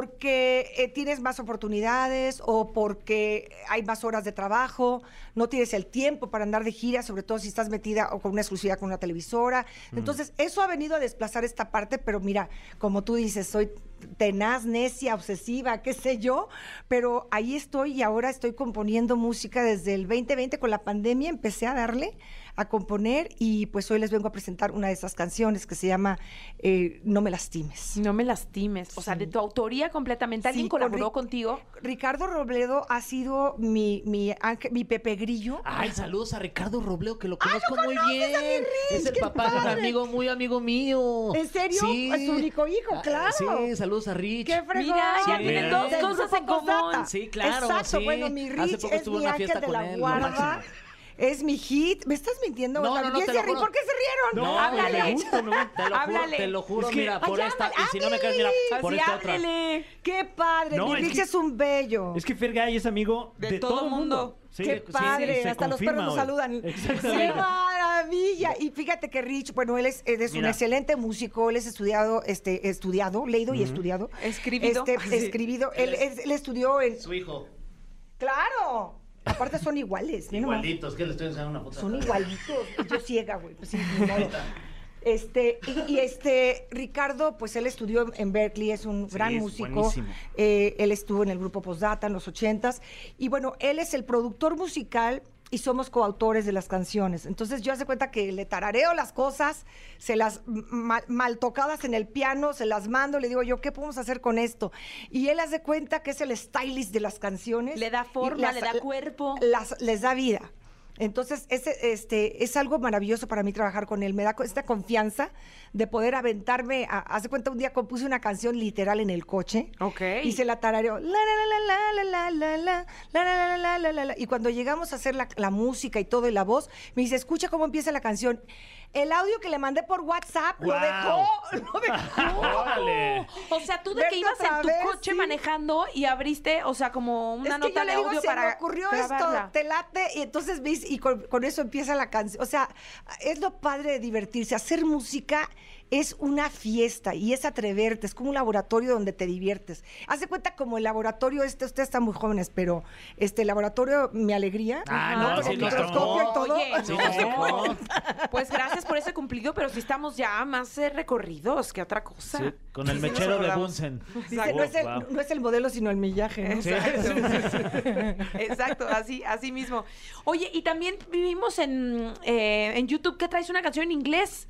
Speaker 6: porque eh, tienes más oportunidades o porque hay más horas de trabajo, no tienes el tiempo para andar de gira, sobre todo si estás metida o con una exclusividad con una televisora. Entonces, eso ha venido a desplazar esta parte, pero mira, como tú dices, soy tenaz, necia, obsesiva, qué sé yo, pero ahí estoy y ahora estoy componiendo música desde el 2020 con la pandemia, empecé a darle a componer y pues hoy les vengo a presentar una de esas canciones que se llama eh, No me lastimes.
Speaker 2: No me lastimes. O sea, de tu autoría completamente. ¿Alguien
Speaker 6: Sí, con
Speaker 2: colaboró
Speaker 6: Rick-
Speaker 2: contigo?
Speaker 6: Ricardo Robledo ha sido mi, mi, ángel- mi Pepe Grillo.
Speaker 4: Ay, saludos a Ricardo Robleo, que lo conozco muy bien. es el
Speaker 6: qué
Speaker 4: papá de un
Speaker 6: padre.
Speaker 4: amigo muy amigo mío.
Speaker 6: ¿En serio? Es su único hijo,
Speaker 4: Ah,
Speaker 6: claro.
Speaker 4: Sí, saludos a Rich.
Speaker 6: ¡Qué fregón!
Speaker 2: Mira, ya
Speaker 4: Sí. tienen dos
Speaker 6: Del
Speaker 2: cosas
Speaker 6: grupo
Speaker 2: en común.
Speaker 6: Posata.
Speaker 4: Sí, claro,
Speaker 6: Exacto,
Speaker 4: sí.
Speaker 6: bueno, mi
Speaker 4: Hace
Speaker 6: Rich
Speaker 4: poco
Speaker 6: es
Speaker 4: estuve
Speaker 6: mi
Speaker 4: en una
Speaker 6: ángel
Speaker 4: fiesta
Speaker 6: de
Speaker 4: con
Speaker 6: la
Speaker 4: él, lo
Speaker 6: guarda.
Speaker 4: máximo.
Speaker 6: Es mi hit. ¿Me estás mintiendo?
Speaker 4: No, no, no,
Speaker 6: ¿También
Speaker 4: te
Speaker 6: se
Speaker 4: lo
Speaker 6: ri-
Speaker 4: juro.
Speaker 6: ¿Por qué se rieron?
Speaker 3: No,
Speaker 2: háblale.
Speaker 4: me gusta, no, te lo
Speaker 2: Háblale.
Speaker 4: juro, te lo juro,
Speaker 3: Es que-
Speaker 4: mira, por
Speaker 2: Ay,
Speaker 4: esta, y si no me
Speaker 2: háblale.
Speaker 4: crees, mira, por
Speaker 2: Así,
Speaker 4: esta otra.
Speaker 2: háblele.
Speaker 6: ¡Qué padre!
Speaker 3: No,
Speaker 6: mi
Speaker 3: es
Speaker 6: Rich
Speaker 3: que-
Speaker 6: es un bello.
Speaker 3: Es que Fergay es amigo de, todo, mundo. Sí,
Speaker 6: ¡Qué
Speaker 3: sí, sí,
Speaker 6: padre!
Speaker 3: se
Speaker 6: Hasta los
Speaker 3: confirma
Speaker 6: perros nos
Speaker 3: hoy.
Speaker 6: saludan. ¡Qué
Speaker 3: Exactamente.
Speaker 6: maravilla! Y fíjate que Rich, bueno, él es, él es un
Speaker 3: Mira.
Speaker 6: excelente músico, él es estudiado, este, estudiado, leído y estudiado.
Speaker 2: Escribido.
Speaker 6: Este,
Speaker 2: Sí.
Speaker 6: Escribido. Él, es- él estudió en...
Speaker 4: Su hijo,
Speaker 6: ¡Claro! Aparte son iguales. mira nomás.
Speaker 4: igualitos, que le estoy enseñando una puta.
Speaker 6: Son igualitos. Yo ciega, güey. Pues sí, ni modo. Este, y, y este, Ricardo, pues él estudió en Berkeley, es un gran
Speaker 3: es
Speaker 6: músico.
Speaker 3: buenísimo.
Speaker 6: Eh, él estuvo en el grupo Postdata en los ochentas. Y bueno, él es el productor musical y somos coautores de las canciones. Entonces yo hace cuenta que le tarareo las cosas, se las m- mal, mal tocadas en el piano, se las mando, le digo yo, ¿qué podemos hacer con esto? Y él hace cuenta que es el stylist de las canciones.
Speaker 2: Le da
Speaker 6: y
Speaker 2: forma,
Speaker 6: las-
Speaker 2: le da cuerpo.
Speaker 6: las- les da vida. Entonces, ese, este, es algo maravilloso para mí trabajar con él. Me da co- esta confianza de poder aventarme. a- hace cuenta, un día compuse una canción literal en el coche.
Speaker 2: Ok.
Speaker 6: Y se la tarareó. La, la, la, la, la, la, la, la, la, la, la, la, la, la, la. Y cuando llegamos a hacer la, la música y todo y la voz, me dice, escucha cómo empieza la canción. El audio que le mandé por WhatsApp lo
Speaker 3: Guau.
Speaker 6: dejó. Lo dejó.
Speaker 3: Órale.
Speaker 2: O sea, tú de
Speaker 6: Berta
Speaker 2: que ibas en tu
Speaker 6: otra vez,
Speaker 2: coche
Speaker 6: sí.
Speaker 2: manejando y abriste, o sea, como una
Speaker 6: es
Speaker 2: nota
Speaker 6: que yo
Speaker 2: de
Speaker 6: le digo,
Speaker 2: audio
Speaker 6: se
Speaker 2: para
Speaker 6: me ocurrió
Speaker 2: grabarla.
Speaker 6: esto, te late, y entonces ves, y con, con eso empieza la canción. O sea, es lo padre de divertirse. Hacer música es una fiesta y es atreverte, es como un laboratorio donde te diviertes. Hace cuenta como el laboratorio, este, ustedes están muy jóvenes, pero este el laboratorio Mi Alegría.
Speaker 4: Ah,
Speaker 2: no,
Speaker 6: con
Speaker 2: sí, nos
Speaker 4: tocó.
Speaker 6: microscopio y todo.
Speaker 2: Oye,
Speaker 4: Sí,
Speaker 2: no.
Speaker 4: nos tocó.
Speaker 2: Pues gracias por ese cumplido, pero sí estamos ya más eh, recorridos que otra cosa.
Speaker 4: Sí, con el
Speaker 2: Sí, nos
Speaker 4: mechero de
Speaker 2: acordamos.
Speaker 4: Bunsen.
Speaker 6: Dice, no, es el,
Speaker 3: Wow.
Speaker 6: no es el modelo, sino el millaje. ¿no?
Speaker 2: Exacto. Exacto, así, así mismo. Oye, y también vivimos en, eh, en YouTube que traes una canción en inglés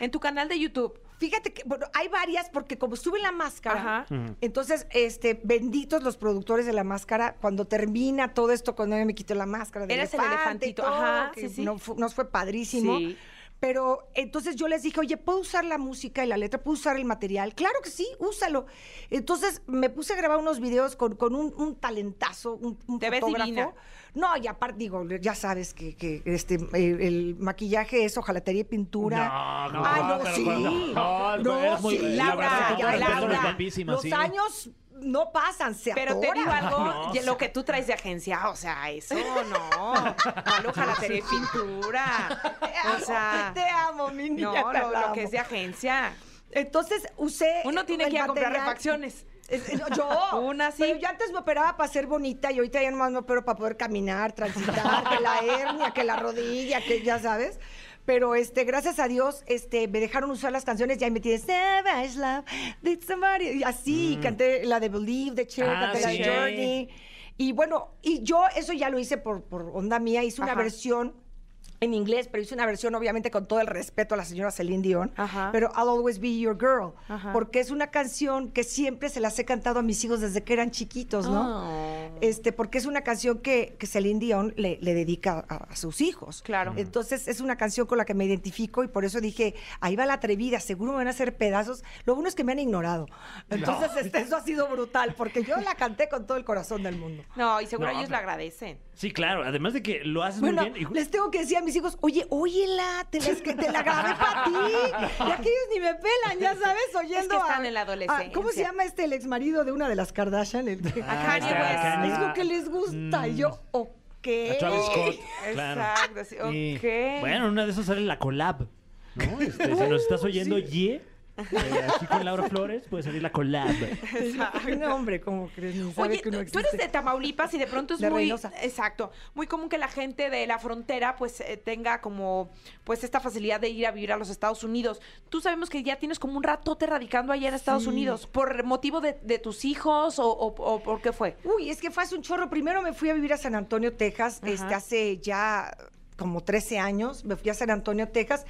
Speaker 2: en tu canal de YouTube.
Speaker 6: Fíjate que, bueno, hay varias porque como sube la máscara,
Speaker 2: Ajá.
Speaker 3: Ujú.
Speaker 6: entonces, este, benditos los productores de la máscara, cuando termina todo esto, cuando me quito la máscara de
Speaker 2: Eras el
Speaker 6: elefante y
Speaker 2: elefantito,
Speaker 6: todo,
Speaker 2: ajá,
Speaker 6: que
Speaker 2: sí, sí.
Speaker 6: no fu- nos fue padrísimo.
Speaker 2: Sí.
Speaker 6: Pero entonces yo les dije, oye, ¿puedo usar la música y la letra? ¿Puedo usar el material? Claro que sí, úsalo. Entonces me puse a grabar unos videos con, con un, un talentazo, un, un
Speaker 2: Te ves
Speaker 6: fotógrafo.
Speaker 2: divina.
Speaker 6: No, y aparte, digo, ya sabes que, que, este, el, el maquillaje es hojalatería y pintura.
Speaker 3: No, no,
Speaker 6: Ay,
Speaker 3: pero
Speaker 6: Ah, no, sí.
Speaker 3: cuando-
Speaker 6: No,
Speaker 4: No, eres muy-
Speaker 6: sí,
Speaker 4: la
Speaker 2: verdad,
Speaker 6: Laura,
Speaker 2: con todas las
Speaker 6: Laura,
Speaker 2: personas
Speaker 4: guapísimas,
Speaker 6: Los
Speaker 4: sí.
Speaker 6: años no pasan, se
Speaker 2: Pero te digo
Speaker 6: atoran.
Speaker 2: algo,
Speaker 3: No,
Speaker 2: y
Speaker 3: o
Speaker 2: lo que tú traes de agencia, o sea, eso no. Mal ojalatería y pintura.
Speaker 6: Te amo,
Speaker 2: O sea,
Speaker 6: te amo, mi niña,
Speaker 2: no,
Speaker 6: te
Speaker 2: lo,
Speaker 6: la
Speaker 2: lo que
Speaker 6: amo.
Speaker 2: es de agencia.
Speaker 6: Entonces usé.
Speaker 2: Uno tiene
Speaker 6: el
Speaker 2: que ir a comprar
Speaker 6: material.
Speaker 2: refacciones.
Speaker 6: Es- es- Yo,
Speaker 2: Una sí.
Speaker 6: pero yo antes me operaba para ser bonita y ahorita ya nomás me opero para poder caminar, transitar, que la hernia, que la rodilla, que ya sabes. Pero este, gracias a Dios, este, me dejaron usar las canciones y ahí me tienes Savage Love, Did Somebody. Y así, canté la de Believe, de Cher,
Speaker 4: Mm. Ah,
Speaker 6: canté la
Speaker 4: sí.
Speaker 6: de Journey. Y bueno, y yo eso ya lo hice por, por onda mía, hice una
Speaker 2: Ajá.
Speaker 6: versión en inglés, pero hice una versión obviamente con todo el respeto a la señora Celine Dion,
Speaker 2: Ajá.
Speaker 6: pero I'll Always Be Your Girl,
Speaker 2: Ajá.
Speaker 6: porque es una canción que siempre se las he cantado a mis hijos desde que eran chiquitos, ¿no?
Speaker 2: Oh.
Speaker 6: Este, porque es una canción que, que Celine Dion le, le dedica a, a sus hijos.
Speaker 2: Claro.
Speaker 6: Entonces es una canción con la que me identifico y por eso dije, ahí va la atrevida, seguro me van a hacer pedazos. Lo bueno es que me han ignorado. Entonces este, eso ha sido brutal, porque yo la canté con todo el corazón del mundo.
Speaker 2: No, y seguro
Speaker 3: No,
Speaker 2: ellos
Speaker 3: no.
Speaker 2: la agradecen.
Speaker 3: Sí, claro. Además de que lo haces
Speaker 6: Bueno,
Speaker 3: muy bien. y ju-
Speaker 6: les tengo que decir a mis hijos, oye, óyela, te, la- es que te la grabé para ti. Y aquellos ni me pelan, ya sabes, oyendo
Speaker 2: Es que están
Speaker 6: a-
Speaker 2: en la adolescencia.
Speaker 6: a- ¿Cómo se llama este, el ex marido de una de las Kardashian? El de-
Speaker 2: A Kanye
Speaker 3: está,
Speaker 2: West.
Speaker 3: Ah, Kanye. Ah. Mm.
Speaker 6: Es lo que les gusta. Y yo, ok.
Speaker 3: A Travis Scott. Claro.
Speaker 2: Exacto, sí,
Speaker 4: Sí.
Speaker 2: ok.
Speaker 3: Bueno, en una de esas sale la collab. ¿no? Este, si nos estás oyendo, Ye, eh, aquí con Laura Flores, puede salir la collab.
Speaker 2: Exacto.
Speaker 6: No, hombre, ¿cómo crees? Ni sabes
Speaker 2: Oye,
Speaker 6: que uno
Speaker 2: tú eres
Speaker 6: existe.
Speaker 2: de Tamaulipas y de pronto es
Speaker 6: De
Speaker 2: muy
Speaker 6: Reynosa.
Speaker 2: exacto, muy común que la gente de la frontera pues eh, tenga como pues esta facilidad de ir a vivir a los Estados Unidos. Tú sabemos que ya tienes como un ratote radicando allá en Estados Unidos por motivo de, de tus hijos o, o- o por qué fue.
Speaker 6: Uy, es que fue hace un chorro. Primero me fui a vivir a San Antonio, Texas,
Speaker 2: Ajá.
Speaker 6: este, hace ya como 13 años, me fui a San Antonio, Texas.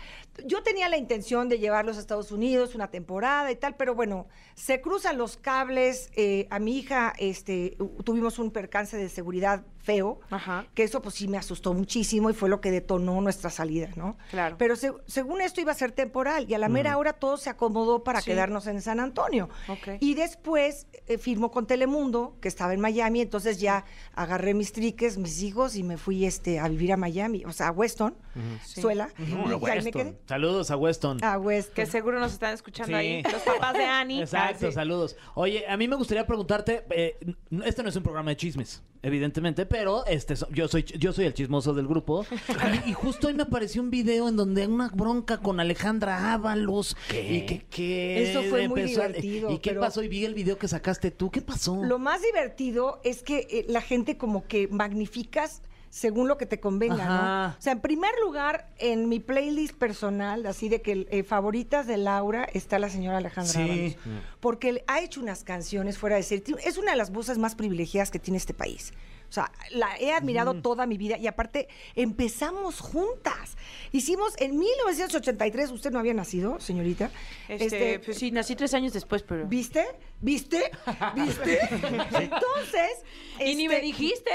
Speaker 6: Yo tenía la intención de llevarlos a Estados Unidos una temporada y tal, pero bueno, se cruzan los cables. eh, a mi hija este, u- tuvimos un percance de seguridad feo,
Speaker 2: Ajá.
Speaker 6: que eso pues sí me asustó muchísimo y fue lo que detonó nuestra salida, ¿no?
Speaker 2: Claro.
Speaker 6: Pero se- según esto iba a ser temporal y a la mera hora todo se acomodó para
Speaker 2: Sí.
Speaker 6: quedarnos en San Antonio.
Speaker 2: Ok.
Speaker 6: Y después eh, firmó con Telemundo, que estaba en Miami, entonces ya agarré mis triques, mis hijos y me fui este, a vivir a Miami, o sea, a Weston, Suela,
Speaker 4: No,
Speaker 6: y ahí me
Speaker 4: Weston.
Speaker 6: quedé.
Speaker 4: Saludos a Weston.
Speaker 6: A Weston.
Speaker 2: Que seguro nos están escuchando
Speaker 4: Sí.
Speaker 2: ahí los papás de Ani. Ah,
Speaker 4: Exacto,
Speaker 2: sí.
Speaker 4: saludos. Oye, a mí me gustaría preguntarte, eh, n- este no es un programa de chismes, evidentemente, pero este so- yo soy yo soy el chismoso del grupo y, y justo hoy me apareció un video en donde hay una bronca con Alejandra Ábalos y que, que
Speaker 6: Eso fue muy
Speaker 4: empezó a-
Speaker 6: divertido,
Speaker 4: ¿Y qué
Speaker 6: pero-
Speaker 4: pasó? Y vi el video que sacaste tú, ¿qué pasó?
Speaker 6: Lo más divertido es que eh, la gente como que magnificas según lo que te convenga,
Speaker 4: Ajá.
Speaker 6: ¿no? O sea, en primer lugar, en mi playlist personal, así de que eh, favoritas de Laura, está la señora Alejandra
Speaker 4: Sí. Mm.
Speaker 6: Ábalos. Porque le- ha hecho unas canciones fuera de serie. Tiene- Es una de las voces más privilegiadas que tiene este país. O sea, la he admirado
Speaker 4: Mm.
Speaker 6: toda mi vida y aparte empezamos juntas. Hicimos en 1983, usted no había nacido, señorita.
Speaker 2: Este, pues sí, nací tres años después, pero.
Speaker 6: ¿Viste? ¿Viste? ¿Viste? Entonces.
Speaker 2: Y ni me
Speaker 6: este,
Speaker 2: dijiste.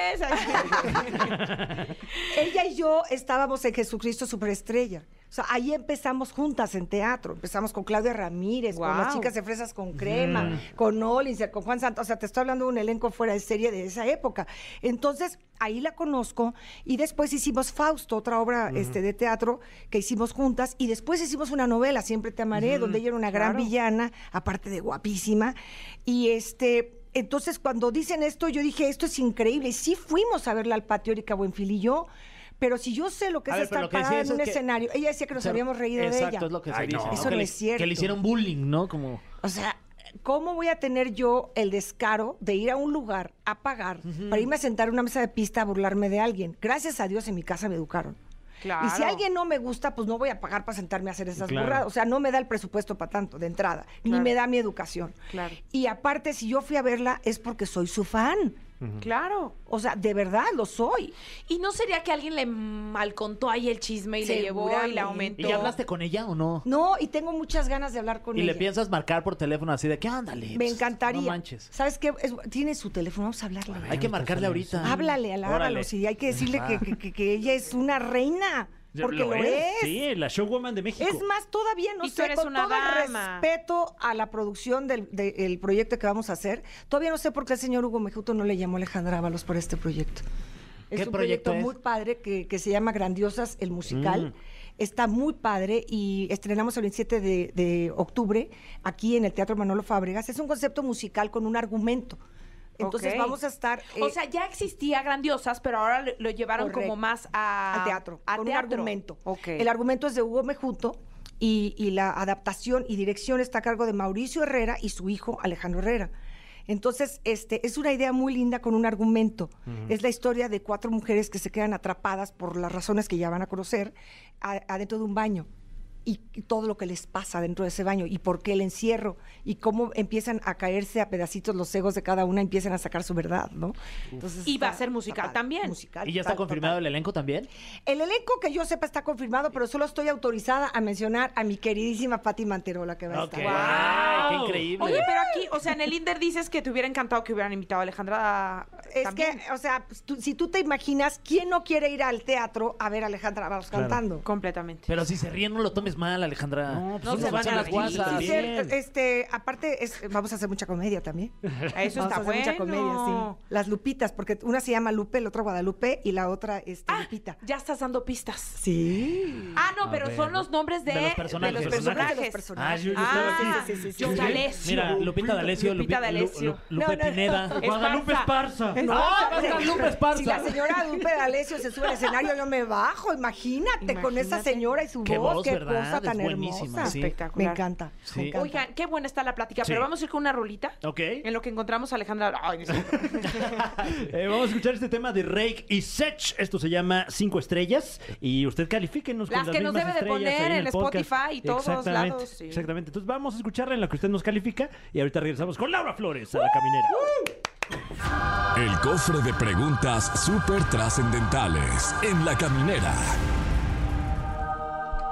Speaker 6: Ella y yo estábamos en Jesucristo Superestrella. O sea, ahí empezamos juntas en teatro. Empezamos con Claudia Ramírez, con las
Speaker 2: Guau.
Speaker 6: chicas de Fresas con Crema, con Olinser, con Juan Santos. O sea, te estoy hablando de un elenco fuera de serie de esa época. Entonces, ahí la conozco. Y después hicimos Fausto, otra obra este, de teatro que hicimos juntas. Y después hicimos una novela, Siempre te amaré, donde ella era una gran
Speaker 2: claro.
Speaker 6: villana, aparte de guapísima. Y este. Entonces, cuando dicen esto, yo dije, esto es increíble. Y sí fuimos a verla al patio Erika Buenfil y yo, pero si yo sé lo que
Speaker 4: A
Speaker 6: es
Speaker 4: ver, pero
Speaker 6: estar
Speaker 4: lo que decía
Speaker 6: parada en
Speaker 4: eso
Speaker 6: un
Speaker 4: es que-
Speaker 6: escenario, ella decía que nos
Speaker 4: Se-
Speaker 6: habíamos reído
Speaker 4: Exacto,
Speaker 6: de ella.
Speaker 4: es lo que se
Speaker 3: Ay,
Speaker 4: dice.
Speaker 3: no.
Speaker 4: ¿no?
Speaker 6: Eso
Speaker 4: que
Speaker 6: no
Speaker 4: le-
Speaker 6: es cierto.
Speaker 4: Que le hicieron bullying, ¿no? Como...
Speaker 6: O sea, ¿cómo voy a tener yo el descaro de ir a un lugar a pagar para irme a sentar en una mesa de pista a burlarme de alguien? Gracias a Dios en mi casa me educaron. Y si
Speaker 2: Claro.
Speaker 6: alguien no me gusta, pues no voy a pagar para sentarme a hacer esas
Speaker 3: Claro.
Speaker 6: burradas. O sea, no me da el presupuesto para tanto, de entrada. Ni
Speaker 2: Claro.
Speaker 6: me da mi educación.
Speaker 2: Claro.
Speaker 6: Y aparte, si yo fui a verla, es porque soy su fan.
Speaker 2: Claro.
Speaker 6: O sea, de verdad, lo soy.
Speaker 2: ¿Y no sería que alguien le malcontó ahí el chisme y le llevó y
Speaker 6: Seguramente.
Speaker 2: le aumentó?
Speaker 4: ¿Y ya hablaste con ella o no?
Speaker 6: No, y tengo muchas ganas de hablar con
Speaker 4: y
Speaker 6: ella.
Speaker 4: le piensas marcar por teléfono así de que ándale.
Speaker 6: Me
Speaker 4: pues,
Speaker 6: encantaría.
Speaker 4: No manches.
Speaker 6: ¿Sabes qué? Es- tiene su teléfono, vamos a hablarle.
Speaker 4: Hay que marcarle ahorita.
Speaker 6: Háblale a la
Speaker 4: Órale.
Speaker 6: Ábalos y hay que decirle que, que- que- que ella es una reina. Porque lo, es.
Speaker 3: Sí, la showwoman de México.
Speaker 6: Es más, todavía no
Speaker 2: Y tú
Speaker 6: sé,
Speaker 2: eres
Speaker 6: con
Speaker 2: una
Speaker 6: todo el
Speaker 2: dama.
Speaker 6: respeto a la producción del, de- el proyecto que vamos a hacer, todavía no sé por qué el señor Hugo Mejuto no le llamó a Alejandra Ábalos para este proyecto. Es
Speaker 4: ¿Qué
Speaker 6: un
Speaker 4: proyecto
Speaker 6: proyecto,
Speaker 4: es? Mm.
Speaker 6: muy padre que, que se llama Grandiosas, el musical. Está muy padre y estrenamos el 27 de, de octubre aquí en el Teatro Manolo Fábregas. Es un concepto musical con un argumento. Entonces
Speaker 2: Ok.
Speaker 6: vamos a estar...
Speaker 2: o
Speaker 6: eh,
Speaker 2: sea, ya existía Grandiosas, pero ahora lo- lo llevaron como
Speaker 6: Correcto.
Speaker 2: más a...
Speaker 6: al teatro,
Speaker 2: a
Speaker 6: con
Speaker 2: teatro.
Speaker 6: un argumento.
Speaker 2: Ok.
Speaker 6: El argumento es de Hugo Mejuto y, y la adaptación y dirección está a cargo de Mauricio Herrera y su hijo Alejandro Herrera. Entonces, este, es una idea muy linda con un argumento. Es la historia de cuatro mujeres que se quedan atrapadas por las razones que ya van a conocer a- adentro de un baño. y y todo lo que les pasa dentro de ese baño y por qué el encierro y cómo empiezan a caerse a pedacitos los egos de cada una, empiezan a sacar su verdad, ¿no? Entonces,
Speaker 2: Y va a
Speaker 6: está-
Speaker 2: ser musical
Speaker 6: está padre,
Speaker 2: también.
Speaker 6: musical,
Speaker 4: ¿Y ya está
Speaker 6: total,
Speaker 4: confirmado
Speaker 6: total.
Speaker 4: el elenco también?
Speaker 6: El elenco que yo sepa está confirmado, pero solo estoy autorizada a mencionar a mi queridísima Pati Manterola que va a
Speaker 3: Ok.
Speaker 6: estar.
Speaker 4: Ay, ¡Qué
Speaker 3: Wow.
Speaker 4: increíble!
Speaker 2: Oye, pero aquí, o sea, en el Inder dices que te hubiera encantado que hubieran invitado a Alejandra.
Speaker 6: Es
Speaker 2: también.
Speaker 6: que, o sea, pues, tú- si tú te imaginas, ¿quién no quiere ir al teatro a ver a Alejandra Vamos
Speaker 3: Claro.
Speaker 6: cantando?
Speaker 2: Completamente.
Speaker 4: Pero si se ríen, no lo tomes mal, Alejandra.
Speaker 3: No, pues
Speaker 2: No se
Speaker 4: uno
Speaker 2: van
Speaker 4: son
Speaker 2: a
Speaker 4: las
Speaker 2: reír.
Speaker 4: guasas.
Speaker 6: Y
Speaker 3: Sí,
Speaker 6: ser,
Speaker 3: Bien.
Speaker 6: este, aparte, es- vamos a hacer mucha comedia también.
Speaker 2: Eso
Speaker 6: vamos
Speaker 2: está
Speaker 6: a hacer
Speaker 2: bueno.
Speaker 6: mucha comedia, sí. Las Lupitas, porque una se llama Lupe, la otra Guadalupe y la otra este, Lupita.
Speaker 2: Ya estás dando pistas.
Speaker 6: Sí.
Speaker 2: Ah, no,
Speaker 4: A
Speaker 2: pero
Speaker 4: ver.
Speaker 2: son los nombres de,
Speaker 3: De los personajes.
Speaker 2: de los
Speaker 6: Personajes.
Speaker 2: personajes.
Speaker 6: De los
Speaker 3: Ah, yo- yo
Speaker 2: Ah,
Speaker 3: estaba aquí.
Speaker 2: sí, sí, sí, sí.
Speaker 3: Yo-
Speaker 2: Lupita D'Alessio.
Speaker 4: Mira, Lupita D'Alessio,
Speaker 2: Lupita
Speaker 4: Lupi-
Speaker 2: D'Alessio.
Speaker 4: Lu- Lu- Lupe
Speaker 6: No, no.
Speaker 4: Pineda.
Speaker 2: Es
Speaker 3: Guadalupe
Speaker 2: Esparza.
Speaker 3: Esparza.
Speaker 4: No, Ah, va a estar Lupe Esparza.
Speaker 6: Si la señora Lupe D'Alessio se sube al escenario, yo me bajo. Imagínate, con esa
Speaker 2: Imagínate.
Speaker 6: señora y su
Speaker 4: Qué
Speaker 6: voz,
Speaker 4: voz,
Speaker 6: qué
Speaker 4: ¿verdad?
Speaker 6: cosa
Speaker 4: Es
Speaker 6: tan
Speaker 4: buenísima,
Speaker 6: hermosa.
Speaker 4: sí.
Speaker 6: Me
Speaker 2: Espectacular.
Speaker 6: encanta.
Speaker 4: Sí.
Speaker 6: Me encanta.
Speaker 2: Oigan, qué buena está la plática,
Speaker 3: Sí.
Speaker 2: pero vamos a ir con una rolita.
Speaker 3: Ok.
Speaker 2: En lo que encontramos a Alejandra. Ay, no es cierto.
Speaker 3: Eh, vamos a escuchar este tema de Rake y Sech. Esto se llama Cinco Estrellas. Y usted califíquenos con
Speaker 2: Las
Speaker 3: las
Speaker 2: que nos debe
Speaker 3: mismas
Speaker 2: de
Speaker 3: estrellas
Speaker 2: poner
Speaker 3: ahí
Speaker 2: en
Speaker 3: el
Speaker 2: Spotify
Speaker 3: podcast.
Speaker 2: y todos lados,
Speaker 3: exactamente,
Speaker 2: sí.
Speaker 3: Exactamente. Entonces vamos a escucharla en la que usted nos califica. Y ahorita regresamos con Laura Flores a la caminera.
Speaker 1: El cofre de preguntas súper trascendentales en la caminera.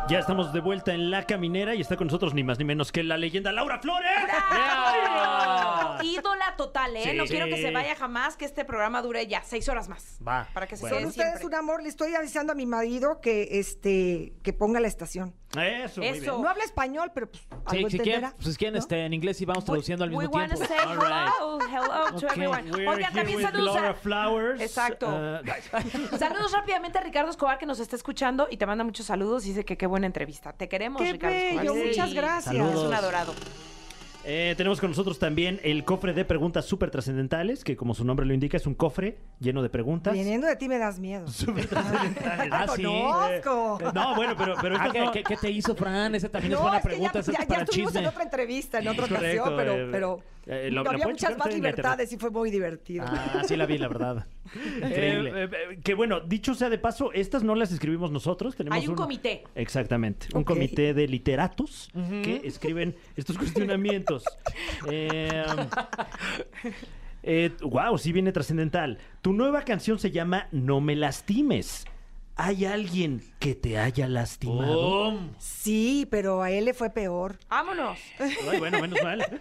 Speaker 3: Ya estamos de vuelta en la caminera y está con nosotros ni más ni menos que la leyenda Laura Flores.
Speaker 2: ¡Bravo! Ídola total, ¿eh?
Speaker 3: Sí.
Speaker 2: no quiero
Speaker 3: Sí.
Speaker 2: que se vaya jamás, que este programa dure ya seis horas más.
Speaker 3: Va,
Speaker 2: Para que se
Speaker 3: bueno.
Speaker 2: quede
Speaker 6: Son ustedes
Speaker 2: eh, siempre.
Speaker 6: un amor. Le estoy avisando a mi marido que este que ponga la estación.
Speaker 3: Eso, muy
Speaker 2: Eso.
Speaker 3: bien.
Speaker 6: No habla español, pero pues,
Speaker 4: Sí,
Speaker 6: algo
Speaker 4: si quieren,
Speaker 6: entenderá.
Speaker 4: pues quieren
Speaker 6: ¿no?
Speaker 4: este, en inglés y vamos traduciendo al
Speaker 2: we
Speaker 4: mismo
Speaker 2: wanna
Speaker 4: tiempo.
Speaker 2: say
Speaker 4: All right.
Speaker 2: hello, hello to
Speaker 4: Ok,
Speaker 2: everyone.
Speaker 3: We're
Speaker 2: Oigan,
Speaker 3: here
Speaker 2: también
Speaker 3: with
Speaker 2: saludos
Speaker 3: Laura
Speaker 2: a...
Speaker 3: Flowers.
Speaker 2: Exacto.
Speaker 3: Ah,
Speaker 2: Saludos rápidamente a Ricardo Escobar que nos está escuchando y te manda muchos saludos y dice que qué buena entrevista. Te queremos,
Speaker 6: Qué
Speaker 2: Ricardo Escobar.
Speaker 6: bello,
Speaker 2: Sí.
Speaker 6: muchas gracias.
Speaker 2: Es
Speaker 3: Saludos.
Speaker 2: un adorado.
Speaker 3: Eh, tenemos con nosotros también el cofre de preguntas súper trascendentales, que como su nombre lo indica, es un cofre lleno de preguntas.
Speaker 6: Viniendo de ti me das miedo.
Speaker 3: Súper trascendentales.
Speaker 4: Ah, sí.
Speaker 6: Conozco.
Speaker 3: Eh, no, bueno, pero, pero
Speaker 4: Ah,
Speaker 3: estas
Speaker 4: ¿qué,
Speaker 3: no-
Speaker 4: qué- qué te hizo, Fran? Esa también es
Speaker 6: No,
Speaker 4: buena
Speaker 6: es que
Speaker 4: pregunta.
Speaker 6: ya,
Speaker 4: esa es
Speaker 6: ya- ya
Speaker 4: para el
Speaker 6: estuvimos
Speaker 4: chisme.
Speaker 6: en otra entrevista, en otra
Speaker 3: Es correcto,
Speaker 6: ocasión,
Speaker 3: eh,
Speaker 6: pero, pero
Speaker 3: eh, lo- lo
Speaker 6: había
Speaker 3: pueden checar
Speaker 6: muchas más
Speaker 3: ustedes en la
Speaker 6: libertades y fue muy divertido.
Speaker 4: Ah, sí la vi, la verdad. Increíble.
Speaker 3: Eh, eh, que bueno, dicho sea de paso, estas no las escribimos nosotros. Tenemos
Speaker 2: Hay un comité.
Speaker 3: Exactamente, un
Speaker 6: Ok.
Speaker 3: comité de literatos que escriben estos cuestionamientos. eh, wow, sí viene trascendental. Tu nueva canción se llama No me lastimes. ¿Hay alguien que te haya lastimado?
Speaker 4: Oh,
Speaker 6: Sí, pero a él le fue peor.
Speaker 2: Vámonos.
Speaker 3: Ay, bueno, menos mal.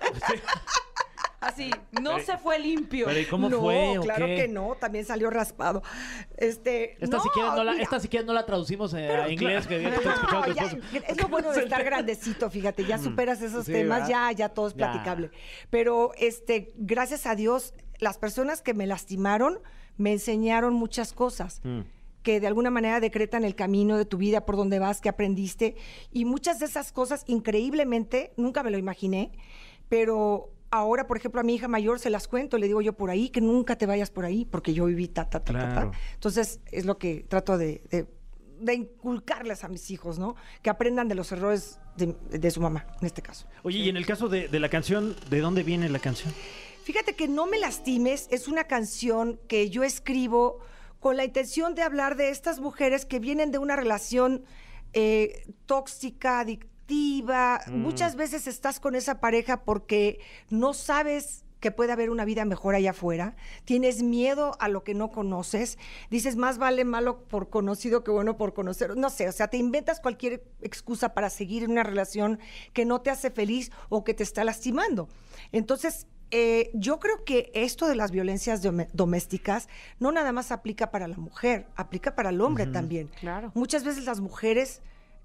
Speaker 2: Así, no se fue limpio.
Speaker 4: pero ¿y cómo
Speaker 6: no,
Speaker 4: fue? o
Speaker 6: claro
Speaker 4: qué?
Speaker 6: que no, también salió raspado. Este,
Speaker 4: Esta,
Speaker 6: no,
Speaker 4: si quieres, no la,
Speaker 6: mira,
Speaker 4: esta si quieres no la traducimos eh, a inglés. Que, que te escuchamos
Speaker 6: no, ya,
Speaker 4: después.
Speaker 6: es lo bueno de estar grandecito, fíjate, ya superas esos
Speaker 4: Sí,
Speaker 6: temas,
Speaker 4: ¿verdad?
Speaker 6: ya, ya todo es
Speaker 4: Mm. Ya.
Speaker 6: platicable. Pero este, gracias a Dios, las personas que me lastimaron me enseñaron muchas cosas.
Speaker 3: Mm.
Speaker 6: que de alguna manera decretan el camino de tu vida, por donde vas, que aprendiste. Y muchas de esas cosas, increíblemente, nunca me lo imaginé, pero ahora, por ejemplo, a mi hija mayor se las cuento, le digo yo por ahí, que nunca te vayas por ahí, porque yo viví ta, ta, ta, ta, ta.
Speaker 3: Claro.
Speaker 6: Entonces, es lo que trato de, de- de inculcarles a mis hijos, ¿no? Que aprendan de los errores de, de su mamá, en este caso.
Speaker 3: Oye, y en el caso de, de la canción, ¿de dónde viene la canción?
Speaker 6: Fíjate que No me lastimes es una canción que yo escribo con la intención de hablar de estas mujeres que vienen de una relación eh, tóxica, adictiva. Muchas veces estás con esa pareja porque no sabes que puede haber una vida mejor allá afuera, tienes miedo a lo que no conoces, dices más vale malo por conocido que bueno por conocer, no sé, o sea, te inventas cualquier excusa para seguir en una relación que no te hace feliz o que te está lastimando. Entonces, eh, yo creo que esto de las violencias dome- domésticas no nada más aplica para la mujer, aplica para el hombre también.
Speaker 2: Claro.
Speaker 6: Muchas veces las mujeres,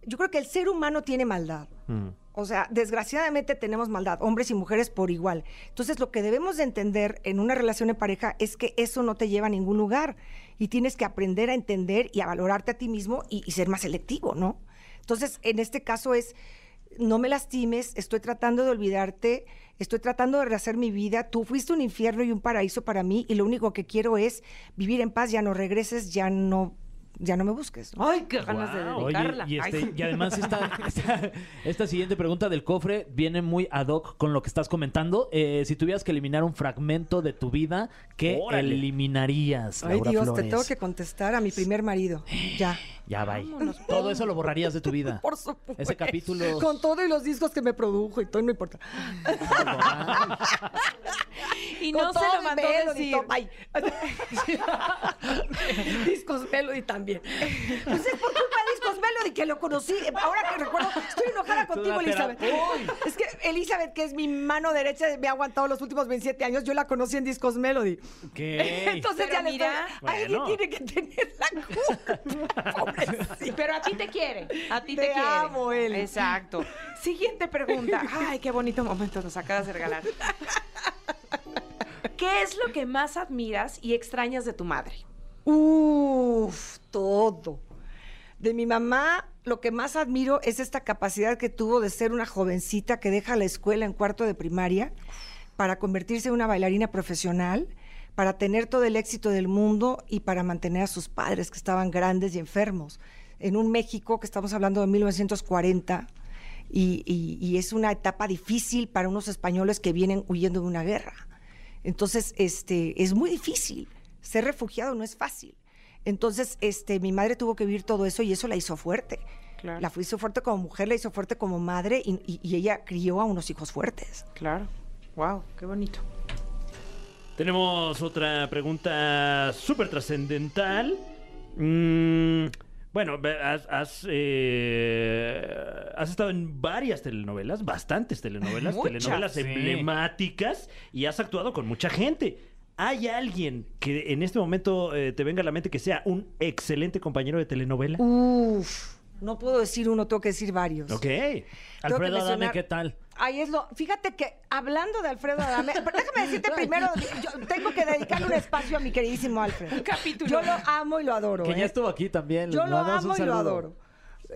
Speaker 6: yo creo que el ser humano tiene maldad. O sea, desgraciadamente tenemos maldad, hombres y mujeres por igual. Entonces, lo que debemos de entender en una relación de pareja es que eso no te lleva a ningún lugar y tienes que aprender a entender y a valorarte a ti mismo y, y ser más selectivo, ¿no? Entonces, en este caso es, no me lastimes, estoy tratando de olvidarte, estoy tratando de rehacer mi vida, tú fuiste un infierno y un paraíso para mí y lo único que quiero es vivir en paz, ya no regreses, ya no ya no me busques. ¿no?
Speaker 2: Ay, qué ganas de
Speaker 3: Guau,
Speaker 4: Oye,
Speaker 2: dedicarla.
Speaker 4: y,
Speaker 2: Ay,
Speaker 4: este- y además esta, esta, esta siguiente pregunta del cofre viene muy ad hoc con lo que estás comentando. Eh, si tuvieras que eliminar un fragmento de tu vida, ¿qué
Speaker 3: Órale.
Speaker 4: eliminarías,
Speaker 6: Ay,
Speaker 4: Laura
Speaker 6: Dios, te
Speaker 4: Flores?
Speaker 6: tengo que contestar a mi primer marido. Ya.
Speaker 4: Ya, bye.
Speaker 2: Vámonos.
Speaker 4: Todo eso lo borrarías de tu vida.
Speaker 6: pues. Por supuesto.
Speaker 4: Ese capítulo-
Speaker 6: Con todo y los discos que me produjo y todo, no importa.
Speaker 2: y
Speaker 6: Con
Speaker 2: no se
Speaker 6: todo
Speaker 2: lo
Speaker 6: y
Speaker 2: mandó
Speaker 6: Melody,
Speaker 2: decir.
Speaker 6: todo, ay.
Speaker 7: Discos Melody también.
Speaker 6: Pues es por culpa de Discos Melody que lo conocí. Ahora que recuerdo, estoy enojada contigo,
Speaker 4: una
Speaker 6: Elizabeth. Es que Elizabeth, que es mi mano derecha, me ha aguantado los últimos 27 años. Yo la conocí en Discos Melody.
Speaker 4: ¿Qué?
Speaker 6: Entonces
Speaker 2: Pero
Speaker 6: ya
Speaker 2: mira,
Speaker 6: mira, alguien
Speaker 3: bueno.
Speaker 6: tiene que tener la culpa. Pobrecita.
Speaker 2: Pero a ti te quiere. A ti te,
Speaker 6: Te
Speaker 2: quiere.
Speaker 6: amo, Eli.
Speaker 2: Exacto. Siguiente pregunta. Ay, qué bonito momento nos acabas de regalar. ¿Qué es lo que más admiras y extrañas de tu madre?
Speaker 6: Uf, todo. De mi mamá, lo que más admiro es esta capacidad que tuvo de ser una jovencita que deja la escuela en cuarto de primaria para convertirse en una bailarina profesional, para tener todo el éxito del mundo y para mantener a sus padres que estaban grandes y enfermos. En un México que estamos hablando de 1940 y, y- y es una etapa difícil para unos españoles que vienen huyendo de una guerra. Entonces, este, es muy difícil. Ser refugiado no es fácil. Entonces, este, mi madre tuvo que vivir todo eso y eso la hizo fuerte.
Speaker 2: Claro.
Speaker 6: La hizo fuerte como mujer, la hizo fuerte como madre y- y- y ella crió a unos hijos fuertes.
Speaker 2: Claro. Wow, qué bonito.
Speaker 3: Tenemos otra pregunta súper trascendental. Mm, bueno, ve- has, has, eh, has estado en varias telenovelas, bastantes telenovelas,
Speaker 2: Muchas.
Speaker 3: telenovelas
Speaker 4: Sí.
Speaker 3: emblemáticas y has actuado con mucha gente. ¿Hay alguien que en este momento eh, te venga a la mente que sea un excelente compañero de telenovela?
Speaker 6: Uf, no puedo decir uno, tengo que decir varios.
Speaker 3: Ok.
Speaker 6: Tengo que
Speaker 4: Alfredo Adame,
Speaker 6: mencionar-
Speaker 4: ¿qué tal?
Speaker 6: Ahí es lo. Fíjate que hablando de Alfredo Adame, pero déjame decirte primero, yo tengo que dedicarle un espacio a mi queridísimo Alfredo.
Speaker 2: Un capítulo.
Speaker 6: Yo lo amo y lo adoro.
Speaker 4: Que
Speaker 6: ¿eh?
Speaker 4: ya estuvo aquí también.
Speaker 6: Yo
Speaker 4: Les
Speaker 6: lo
Speaker 4: mandamos un
Speaker 6: amo y lo
Speaker 4: saludo.
Speaker 6: adoro.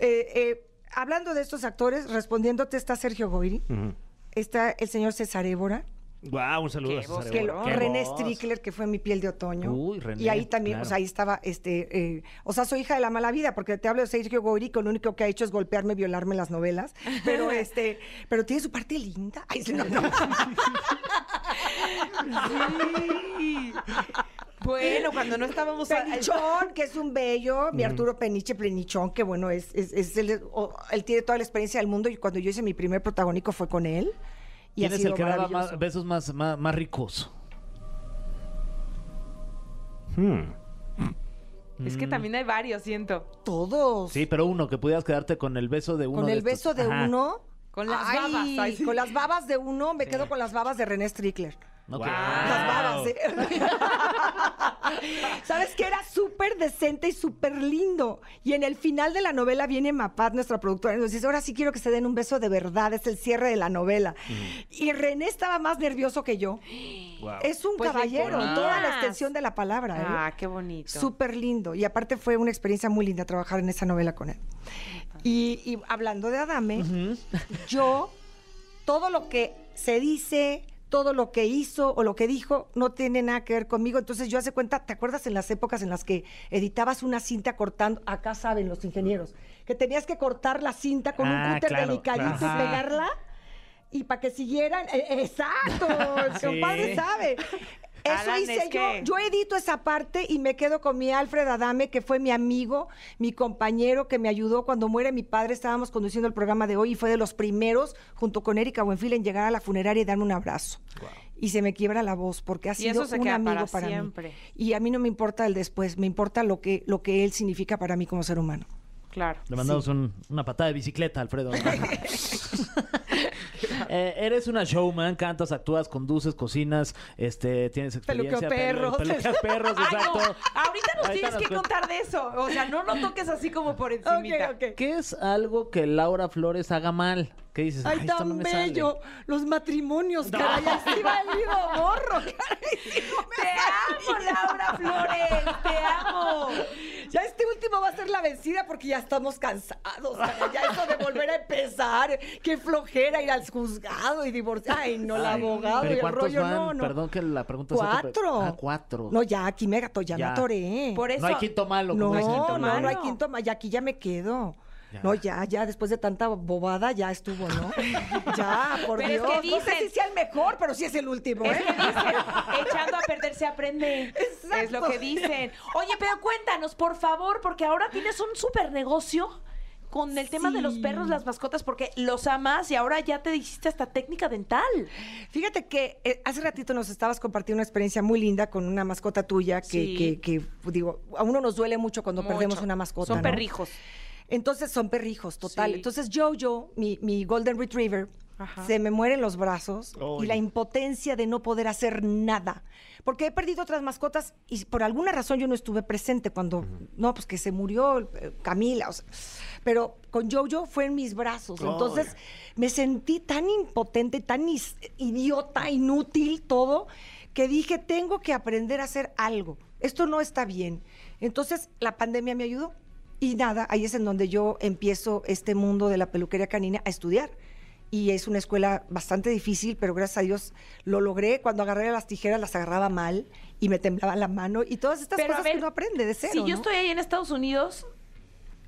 Speaker 6: Eh, eh, hablando de estos actores, respondiéndote está Sergio Goyri,
Speaker 4: Mm.
Speaker 6: está el señor César Évora,
Speaker 3: Wow, un saludo
Speaker 2: Qué
Speaker 3: a César
Speaker 2: voz,
Speaker 6: que
Speaker 3: Évora.
Speaker 6: lo-
Speaker 4: qué
Speaker 6: René
Speaker 4: voz.
Speaker 6: Strickler, que fue mi piel de otoño.
Speaker 4: Uy, René,
Speaker 6: y ahí también,
Speaker 4: claro.
Speaker 6: o sea, ahí estaba, este, eh, o sea, soy hija de la mala vida, porque te hablo de Sergio Goyri, que lo único que ha hecho es golpearme, violarme en las novelas. Pero este, pero tiene su parte linda. Ay, sí, no, no.
Speaker 2: Sí. Bueno, cuando no estábamos a-
Speaker 6: Penichón, que es un bello, mi Arturo Peniche Plenichón, que bueno, es, es, es el- o- él tiene toda la experiencia del mundo y cuando yo hice mi primer protagónico fue con él. Y
Speaker 4: ¿Quién
Speaker 6: ha
Speaker 4: es
Speaker 6: sido
Speaker 4: el que daba
Speaker 6: maravilloso.
Speaker 4: más- besos más, más, más ricos?
Speaker 3: Hmm.
Speaker 2: Es
Speaker 4: Mm.
Speaker 2: que también hay varios, siento.
Speaker 6: Todos.
Speaker 4: Sí, pero uno, que pudieras quedarte con el beso de uno.
Speaker 6: con
Speaker 4: de
Speaker 6: el
Speaker 4: estos.
Speaker 6: beso de
Speaker 4: Ajá.
Speaker 6: uno.
Speaker 2: Con las
Speaker 6: Ay,
Speaker 2: babas, ay, sí.
Speaker 6: Con las babas de uno, me quedo con las babas de René Strickler.
Speaker 4: Ok.
Speaker 6: Las babas. ¿eh? ¿Sabes que Era súper decente y súper lindo. Y en el final de la novela viene Mapat, nuestra productora, y nos dice, ahora sí quiero que se den un beso de verdad, es el cierre de la novela. Y René estaba más nervioso que yo. Es un
Speaker 2: Pues le
Speaker 6: caballero, en toda la
Speaker 2: imponías.
Speaker 6: extensión de la palabra. ¿eh?
Speaker 2: Ah, qué bonito.
Speaker 6: Súper lindo. Y aparte fue una experiencia muy linda trabajar en esa novela con él. Y, y hablando de Adame, yo, todo lo que se dice, todo lo que hizo o lo que dijo, no tiene nada que ver conmigo. Entonces yo hace cuenta, ¿te acuerdas en las épocas en las que editabas una cinta cortando? Acá saben los ingenieros, que tenías que cortar la cinta con
Speaker 3: Ah,
Speaker 6: un cúter
Speaker 3: claro,
Speaker 6: delicadito
Speaker 3: claro.
Speaker 6: y pegarla. Y para que siguieran, eh, exacto, el compadre sabe. Eso
Speaker 2: Alan,
Speaker 6: hice
Speaker 2: es
Speaker 6: yo.
Speaker 2: que-
Speaker 6: Yo edito esa parte y me quedo con mi Alfred Adame, que fue mi amigo, mi compañero, que me ayudó cuando muere mi padre. Estábamos conduciendo el programa de hoy y fue de los primeros, junto con Erika Buenfil, en llegar a la funeraria y darme un abrazo. Y se me quiebra la voz porque ha sido
Speaker 2: eso se
Speaker 6: un
Speaker 2: queda
Speaker 6: amigo
Speaker 2: para
Speaker 6: para,
Speaker 2: siempre.
Speaker 6: mí. Y a mí no me importa el después, me importa lo que, lo que él significa para mí como ser humano.
Speaker 2: Claro.
Speaker 4: Le mandamos un- una patada de bicicleta, Alfredo. Eh, eres una showman, cantas, actúas, conduces, cocinas, este, tienes experiencia.
Speaker 6: Peluqueo perros.
Speaker 4: pelu- peluqueas perros,
Speaker 2: Ay, no.
Speaker 4: exacto.
Speaker 2: Ahorita nos
Speaker 4: Ahorita
Speaker 2: tienes
Speaker 4: nos
Speaker 2: que
Speaker 4: cuentas.
Speaker 2: contar de eso. O sea, no lo toques así como por encimita.
Speaker 4: ¿Qué es algo que Laura Flores haga mal? ¿Qué dices?
Speaker 6: Ay,
Speaker 4: esto
Speaker 6: tan
Speaker 4: no me sale"?
Speaker 6: bello. Los matrimonios, caray. Así va el hilo morro, caray. sí, no me
Speaker 2: Te
Speaker 6: sale.
Speaker 2: amo, Laura Flores. Te amo.
Speaker 6: Ya este último va a ser la la vencida porque ya estamos cansados. cara. Ya eso de volver a empezar. Qué flojera ir al juzgado y divorciar. Ay, no, el
Speaker 4: Ay,
Speaker 6: abogado
Speaker 4: pero
Speaker 6: y el
Speaker 4: ¿cuántos
Speaker 6: rollo.
Speaker 4: van?
Speaker 6: No, no.
Speaker 4: Perdón que la pregunta sea otra, pero-
Speaker 6: Cuatro.
Speaker 4: Ah, cuatro.
Speaker 6: No, ya aquí me gato, ya,
Speaker 4: Ya.
Speaker 6: me atoré.
Speaker 2: Por eso.
Speaker 4: No hay quinto malo.
Speaker 6: No,
Speaker 4: como
Speaker 6: no,
Speaker 4: dicen.
Speaker 6: no,
Speaker 2: malo.
Speaker 6: hay quinto más. Ya aquí ya me quedo.
Speaker 4: Ya.
Speaker 6: No, ya, ya, después de tanta bobada ya estuvo, ¿no? ya, por
Speaker 2: Pero es que
Speaker 6: Dios. No sé
Speaker 2: dicen-
Speaker 6: si sea el mejor, pero sí es el último,
Speaker 2: Es
Speaker 6: ¿eh?
Speaker 2: que dicen, echando a perder se aprende. Es lo
Speaker 6: Exacto.
Speaker 2: que dicen. Oye, pero cuéntanos, por favor, porque ahora tienes un super negocio con el tema de los perros, las mascotas, porque los amas y ahora ya te hiciste hasta técnica dental.
Speaker 6: Fíjate que eh, hace ratito nos estabas compartiendo una experiencia muy linda con una mascota tuya que,
Speaker 2: Sí.
Speaker 6: que- que, digo, a uno nos duele mucho cuando perdemos
Speaker 2: Mucho.
Speaker 6: una mascota.
Speaker 2: Son
Speaker 6: ¿no?
Speaker 2: perrijos.
Speaker 6: Entonces son perrijos, total.
Speaker 2: Sí.
Speaker 6: Entonces Jojo, mi, mi Golden Retriever,
Speaker 2: Ajá.
Speaker 6: se me mueren los brazos
Speaker 3: Ay.
Speaker 6: y la impotencia de no poder hacer nada. Porque he perdido otras mascotas y por alguna razón yo no estuve presente cuando, no, pues que se murió eh, Camila, o sea, pero con Jojo fue en mis brazos. Entonces me sentí tan impotente, tan is- idiota, inútil todo, que dije, tengo que aprender a hacer algo. Esto no está bien. Entonces la pandemia me ayudó. Y nada, ahí es en donde yo empiezo este mundo de la peluquería canina a estudiar. Y es una escuela bastante difícil, pero gracias a Dios lo logré. Cuando agarré las tijeras las agarraba mal y me temblaba la mano y todas estas
Speaker 2: Pero a
Speaker 6: cosas
Speaker 2: ver,
Speaker 6: que uno aprende de cero.
Speaker 2: Si yo
Speaker 6: ¿no?
Speaker 2: estoy ahí en Estados Unidos,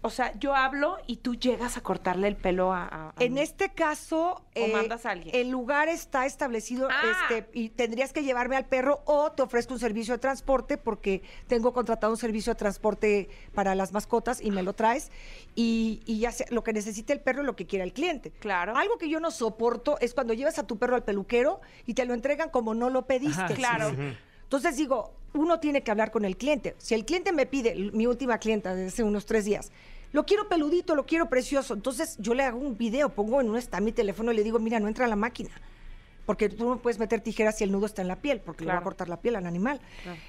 Speaker 2: o sea, yo hablo y tú llegas a cortarle el pelo a. a- a
Speaker 6: En
Speaker 2: mí.
Speaker 6: este caso,
Speaker 2: mandas a alguien.
Speaker 6: el lugar está establecido
Speaker 2: Ah.
Speaker 6: este, y tendrías que llevarme al perro o te ofrezco un servicio de transporte porque tengo contratado un servicio de transporte para las mascotas y me lo traes y, y ya sea lo que necesite el perro y lo que quiera el cliente.
Speaker 2: Claro.
Speaker 6: Algo que yo no soporto es cuando llevas a tu perro al peluquero y te lo entregan como no lo pediste.
Speaker 4: Ajá, sí,
Speaker 2: Claro. Ah, sí.
Speaker 6: Entonces digo, uno tiene que hablar con el cliente. Si el cliente me pide, l- mi última clienta de hace unos tres días, lo quiero peludito, lo quiero precioso. Entonces yo le hago un video, pongo en un stand mi teléfono y le digo, mira, no entra a la máquina. Porque tú no puedes meter tijeras si el nudo está en la piel, porque le va
Speaker 2: Claro.
Speaker 6: a cortar la piel al animal.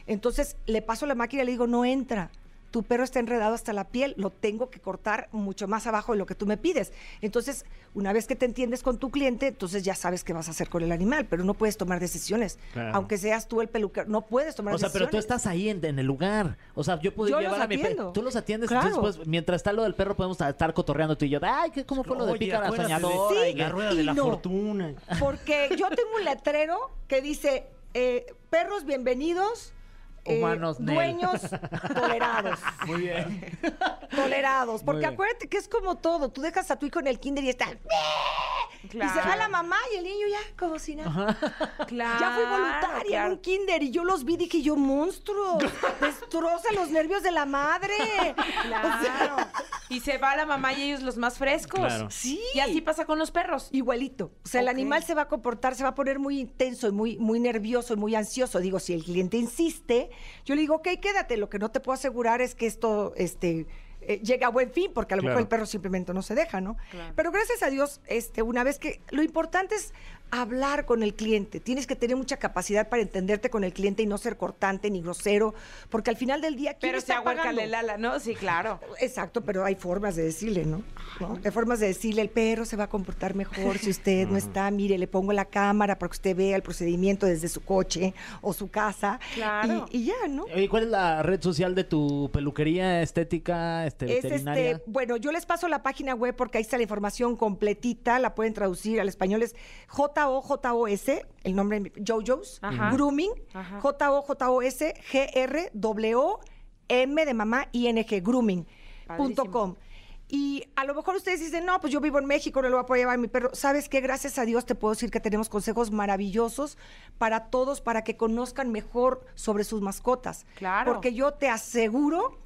Speaker 6: Entonces le paso la máquina y le digo, no entra. Tu perro está enredado hasta la piel, lo tengo que cortar mucho más abajo de lo que tú me pides. Entonces, una vez que te entiendes con tu cliente, entonces ya sabes qué vas a hacer con el animal, pero no puedes tomar decisiones.
Speaker 3: Claro.
Speaker 6: Aunque seas tú el peluquero, no puedes tomar
Speaker 4: O sea, pero tú
Speaker 6: decisiones.
Speaker 4: estás ahí en, en el lugar. O sea, yo puedo
Speaker 6: Yo
Speaker 4: llevar
Speaker 6: los
Speaker 4: a mi perro.
Speaker 6: atiendo.
Speaker 4: Tú los atiendes.
Speaker 6: Claro.
Speaker 4: Entonces, pues, mientras está lo del perro, podemos estar cotorreando tú y yo. Ay, ¿qué- ¿cómo fue lo de
Speaker 3: Oye,
Speaker 4: pícara
Speaker 3: acuérdate de-
Speaker 4: soñadora?
Speaker 6: Sí,
Speaker 4: Y-
Speaker 3: La rueda de
Speaker 6: y
Speaker 3: la
Speaker 6: no.
Speaker 3: fortuna.
Speaker 6: Porque yo tengo un letrero que dice, eh, perros bienvenidos, eh,
Speaker 4: Humanos, Nel.
Speaker 6: dueños tolerados.
Speaker 4: Muy bien.
Speaker 6: tolerados. Porque
Speaker 4: bien.
Speaker 6: acuérdate que es como todo. Tú dejas a tu hijo en el kinder y está.
Speaker 2: Claro.
Speaker 6: Y se va la mamá y el niño ya, como si nada.
Speaker 2: Claro,
Speaker 6: Ya fui voluntaria en
Speaker 2: claro.
Speaker 6: un kinder y yo los vi, dije yo, monstruo, destroza los nervios de la madre. O sea,
Speaker 2: Claro. Y se va la mamá y ellos los más frescos.
Speaker 3: Claro.
Speaker 6: Sí.
Speaker 2: Y así pasa con los perros.
Speaker 6: Igualito. O sea, el
Speaker 2: Ok.
Speaker 6: animal se va a comportar, se va a poner muy intenso y muy, muy nervioso y muy ansioso. Digo, si el cliente insiste, yo le digo, ok, quédate. Lo que no te puedo asegurar es que esto este, eh, llegue a buen fin, porque a lo mejor
Speaker 3: Claro.
Speaker 6: el perro simplemente no se deja, ¿no?
Speaker 2: Claro.
Speaker 6: Pero gracias a Dios, este, una vez que. Lo importante es hablar con el cliente. Tienes que tener mucha capacidad para entenderte con el cliente y no ser cortante ni grosero, porque al final del día. ¿quién
Speaker 2: Pero se
Speaker 6: está
Speaker 2: aguanta
Speaker 6: pagando?
Speaker 2: el ala, ¿no? Sí, claro.
Speaker 6: Exacto, pero hay formas de decirle, ¿no? ¿No? Hay formas de decirle, el perro se va a comportar mejor si usted no está, mire, le pongo la cámara para que usted vea el procedimiento desde su coche o su casa.
Speaker 2: Claro.
Speaker 6: Y, y ya, ¿no?
Speaker 4: ¿Y cuál es la red social de tu peluquería estética, este,
Speaker 6: Es
Speaker 4: veterinaria?
Speaker 6: este, bueno, yo les paso la página web porque ahí está la información completita, la pueden traducir al español, es J-O-J-O-S, el nombre de mi- JoJo's,
Speaker 2: Ajá.
Speaker 6: Grooming,
Speaker 2: Ajá.
Speaker 6: J-O-J-O-S, G-R-W-M de mamá, I-N-G,
Speaker 2: Padrísimo.
Speaker 6: Grooming.com. Y a lo mejor ustedes dicen, no, pues yo vivo en México, no lo voy a poder llevar a mi perro. ¿Sabes qué? Gracias a Dios te puedo decir que tenemos consejos maravillosos para todos, para que conozcan mejor sobre sus mascotas.
Speaker 2: Claro.
Speaker 6: Porque yo te aseguro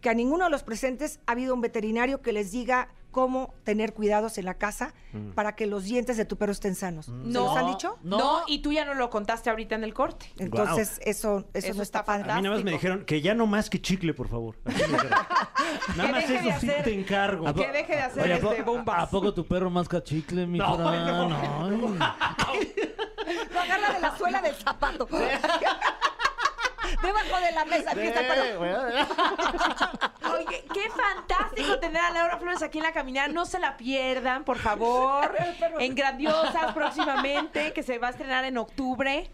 Speaker 6: que a ninguno de los presentes ha habido un veterinario que les diga cómo tener cuidados en la casa
Speaker 3: Mm.
Speaker 6: para que los dientes de tu perro estén sanos. ¿Se los han dicho?
Speaker 4: No.
Speaker 2: No. y tú ya no lo contaste ahorita en el corte.
Speaker 6: Entonces, eso,
Speaker 2: Eso
Speaker 6: eso, no está,
Speaker 2: está
Speaker 6: padre.
Speaker 3: A mí nada más me
Speaker 2: Fantástico.
Speaker 3: dijeron que ya no más que chicle, por favor. Así me dijeron. nada
Speaker 2: Que
Speaker 3: más
Speaker 2: deje de
Speaker 3: eso sí
Speaker 2: hacer-
Speaker 3: te encargo.
Speaker 4: ¿A po-
Speaker 2: Que deje de hacer
Speaker 4: Oye, ¿a po-
Speaker 2: este bombas.
Speaker 4: ¿A poco tu perro masca chicle, mi
Speaker 3: No,
Speaker 4: Fran?
Speaker 3: no,
Speaker 4: Ay.
Speaker 6: Lo agarra de la suela del zapato. Debajo de la mesa. aquí está el perro.
Speaker 2: Oye, qué fantástico tener a Laura Flores aquí en la caminada. No se la pierdan, por favor. En Grandiosas próximamente, que se va a estrenar en octubre.